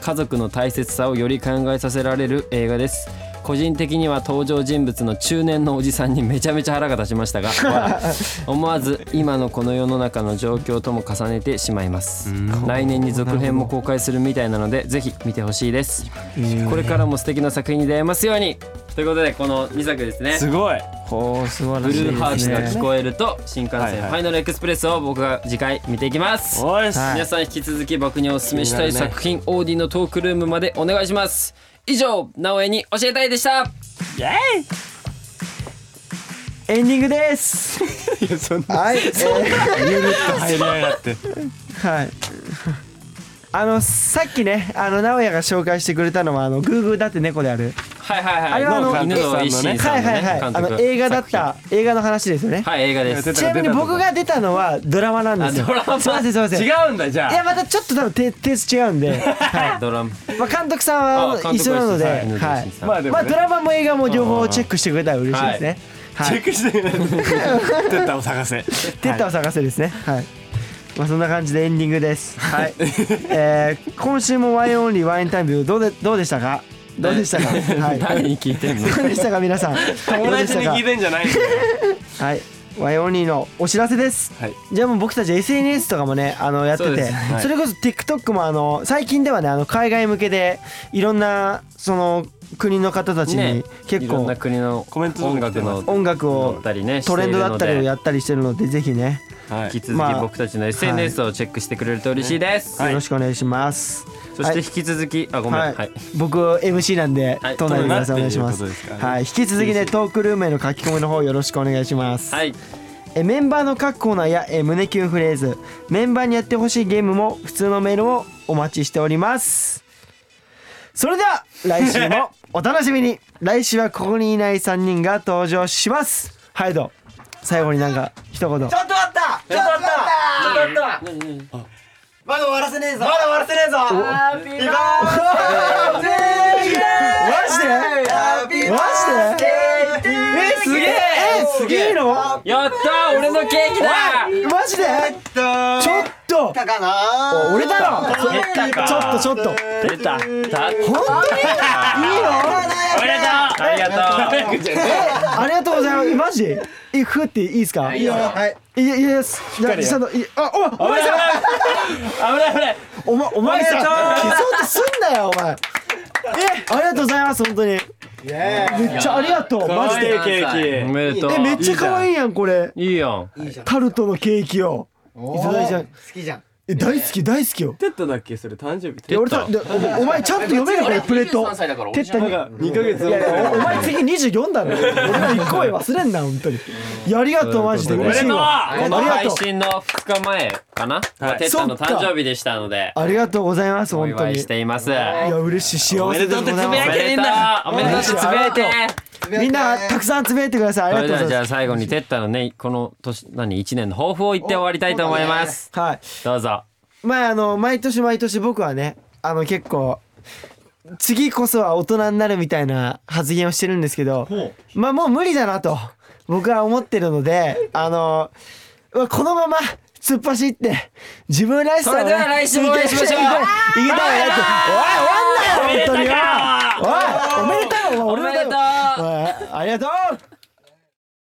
Speaker 2: 家族の大切さをより考えさせられる映画です個人的には登場人物の中年のおじさんにめちゃめちゃ腹が立ちましたが笑思わず今のこの世の中の状況とも重ねてしまいます来年に続編も公開するみたいなのでぜひ見てほしいですこれからも素敵な作品に出会えますようにということでこの2作ですね
Speaker 4: すごい
Speaker 3: ほう素晴
Speaker 2: ブ
Speaker 3: らしい
Speaker 2: ルーハー
Speaker 3: で
Speaker 2: ツ
Speaker 3: す
Speaker 2: が
Speaker 3: ね
Speaker 2: 聞こえると新幹
Speaker 4: はい
Speaker 2: 線
Speaker 4: はい
Speaker 2: ファイナルエクスプレスを僕が次回見ていきます
Speaker 4: おいっす、
Speaker 3: はい
Speaker 2: 皆さん引き続き僕にお勧めしたい
Speaker 4: 気になるね
Speaker 2: 作品オーディのトークルームまでお願いします以上直江に教えたいでした
Speaker 4: イエ
Speaker 3: エンディングです
Speaker 4: ーイいやそん
Speaker 3: [LAUGHS]
Speaker 4: な
Speaker 1: はい、えー
Speaker 4: 入りやがって
Speaker 3: はい。あのさっきね、あの直哉が紹介してくれたのはあのグーグーだって猫である。
Speaker 2: はいはいはい
Speaker 3: あれはあの
Speaker 2: もう犬の
Speaker 4: え
Speaker 2: 一心
Speaker 3: は
Speaker 2: さ
Speaker 3: い
Speaker 2: んの
Speaker 3: は
Speaker 2: ね
Speaker 3: いはい。あ
Speaker 2: 監督
Speaker 3: の映画だった映画の話ですよね。
Speaker 2: はい映画で
Speaker 4: いや
Speaker 2: す
Speaker 4: 出
Speaker 3: ちなみに
Speaker 4: 出た
Speaker 3: 僕が出たのはドラマなんですよ。
Speaker 2: あドラマ
Speaker 3: すいませんすいません。
Speaker 4: 違
Speaker 3: い
Speaker 4: うんだじゃあ
Speaker 3: やまたちょっと多分テテイスト違うん [LAUGHS] で、は
Speaker 2: ドラム
Speaker 3: い。まあ監督さんはあの一緒なので、
Speaker 2: はい犬の
Speaker 3: は
Speaker 2: 一心
Speaker 3: い。
Speaker 2: さん
Speaker 4: まあでも
Speaker 3: まあ
Speaker 4: ね、
Speaker 3: ドラマも映画も両方チェックしてくれたら嬉しいですね。は
Speaker 4: チェ
Speaker 3: い
Speaker 4: ッ。クしてないテッタを探せ
Speaker 3: テッタを探せですね。はい。まあそんな感じでエンディングです。はい。 [LAUGHS] えー今週もワインオンリーワインタイムどうでどうでしたか。どうでしたか。はい。
Speaker 2: [LAUGHS] 誰に聞いてんの
Speaker 3: どうでしたか皆さん。
Speaker 4: 友達に聞い
Speaker 3: どうで
Speaker 4: てんじゃないんだよ
Speaker 3: したかはい。ワインオンリーのお知らせです。
Speaker 4: はい
Speaker 3: じゃあもう僕たち SNS とかもねあのやって
Speaker 2: そう
Speaker 3: て
Speaker 2: で
Speaker 3: そ,、
Speaker 2: すはい
Speaker 3: れこそ TikTok もあの最近ではねあの海外向けでいろんなその国の方たちに
Speaker 2: ね
Speaker 3: 結
Speaker 2: いろん
Speaker 3: 構
Speaker 2: な国の
Speaker 4: コメント
Speaker 2: 音
Speaker 4: 届い
Speaker 2: 楽
Speaker 4: てます
Speaker 2: の
Speaker 3: 音楽
Speaker 2: だ
Speaker 3: を
Speaker 2: ったりね
Speaker 3: トレンドだったりを
Speaker 2: しているの
Speaker 3: やったりしてるのでぜひね
Speaker 4: は
Speaker 2: で引
Speaker 4: い
Speaker 2: き続
Speaker 3: ま
Speaker 2: き
Speaker 3: あ
Speaker 2: 僕たちの SNS をチェックしてくれると嬉しいです
Speaker 4: はい
Speaker 3: よろしくお願いします。
Speaker 2: そして引き続きあごめん
Speaker 3: は、
Speaker 2: はいい
Speaker 3: 僕 MC なんで、
Speaker 2: はい
Speaker 3: 東内でくださいお願いしま
Speaker 4: 東
Speaker 3: す
Speaker 4: 内っていうことですか
Speaker 3: はい、引き続きねトークルームへの書き込みの方よろしくお願いします、
Speaker 2: はい
Speaker 3: えメンバーの各コーナーやえ胸キュンフレーズメンバーにやってほしいゲームも普通のメールをお待ちしておりますそれでは来週もお楽しみに来週はここにいない3人が登場しますハイド最後になんか一言
Speaker 1: ちょっと待ったちょっと待ったちょっと待ったまだ終わらせねえぞまだ終わらせねえぞハッピーバースデ
Speaker 3: マジでマジで
Speaker 1: ー
Speaker 3: えすげええすげえのマ
Speaker 2: やったー俺のケーキだ
Speaker 3: ジでちょっと
Speaker 1: たかな
Speaker 3: 俺だろ
Speaker 2: 出たか
Speaker 3: ちょっとちょっと
Speaker 2: 出た
Speaker 3: 本
Speaker 2: だ
Speaker 3: 当にいいの
Speaker 2: おめでとうありがとう
Speaker 3: ありがとうございますマジえふっていいですかいい
Speaker 1: いいよはい
Speaker 3: いやいやすじゃあちょっといあおお前さ
Speaker 2: 危ない危ない
Speaker 3: んお前お前さん消そうとすんなよお前えありがとうございます本当に
Speaker 1: イエーイ
Speaker 3: めっちゃありがとうマジ
Speaker 4: い
Speaker 3: で
Speaker 4: いケー
Speaker 2: おめでとう
Speaker 3: えめっちゃ可愛いやんこれ
Speaker 2: いいやん
Speaker 3: タルトのケーキを
Speaker 1: お
Speaker 3: いただいちゃ
Speaker 1: ー
Speaker 3: う
Speaker 1: 好きじゃん
Speaker 3: え大好き大好きよ
Speaker 4: キテッタだっけそれ誕生日
Speaker 3: いや俺たでおお前ちゃんと読めるこれプレートてったに
Speaker 4: なんか2ヶ月
Speaker 3: いやいやおお前次24だろ俺の1個上忘れんな本当にいやありがとうマジで
Speaker 2: そういうこと
Speaker 3: 嬉
Speaker 2: で
Speaker 3: しいわ
Speaker 2: こ
Speaker 3: 本当
Speaker 2: の
Speaker 3: ありが
Speaker 2: 配
Speaker 3: とう
Speaker 2: 信の2日前かな、まあ、テッタの誕生日でしたので
Speaker 3: ありがとうございます
Speaker 2: お
Speaker 3: 本当
Speaker 2: 祝
Speaker 3: に
Speaker 2: い
Speaker 3: い
Speaker 2: していますお
Speaker 3: や嬉しい幸せでござい
Speaker 2: め
Speaker 3: ま
Speaker 2: でとうおめでとうってつぶやいて
Speaker 3: すみんなたくさんつぶやいてください
Speaker 2: そ
Speaker 3: あ
Speaker 2: れ
Speaker 3: り
Speaker 2: で
Speaker 3: がとう
Speaker 2: は
Speaker 3: ご
Speaker 2: じ
Speaker 3: ざ
Speaker 2: ゃ
Speaker 3: い
Speaker 2: あ最後にテッタのねこの年何1年の抱負を言って終わりたいと思います
Speaker 3: ますはい
Speaker 2: どうぞ
Speaker 3: まああの毎年毎年僕はねあの結構次こそは大人になるみたいな発言をしてるんですけどまあもう無理だなと僕は思ってるのであのうわこのまま突っ走って自分らしさを、ね、
Speaker 2: それでは来週もお会いしましょう
Speaker 3: いけいけたいなっておい終わんなよ本当によおいおめでとうお前俺
Speaker 2: おめでと
Speaker 3: お
Speaker 2: う
Speaker 3: いありがとう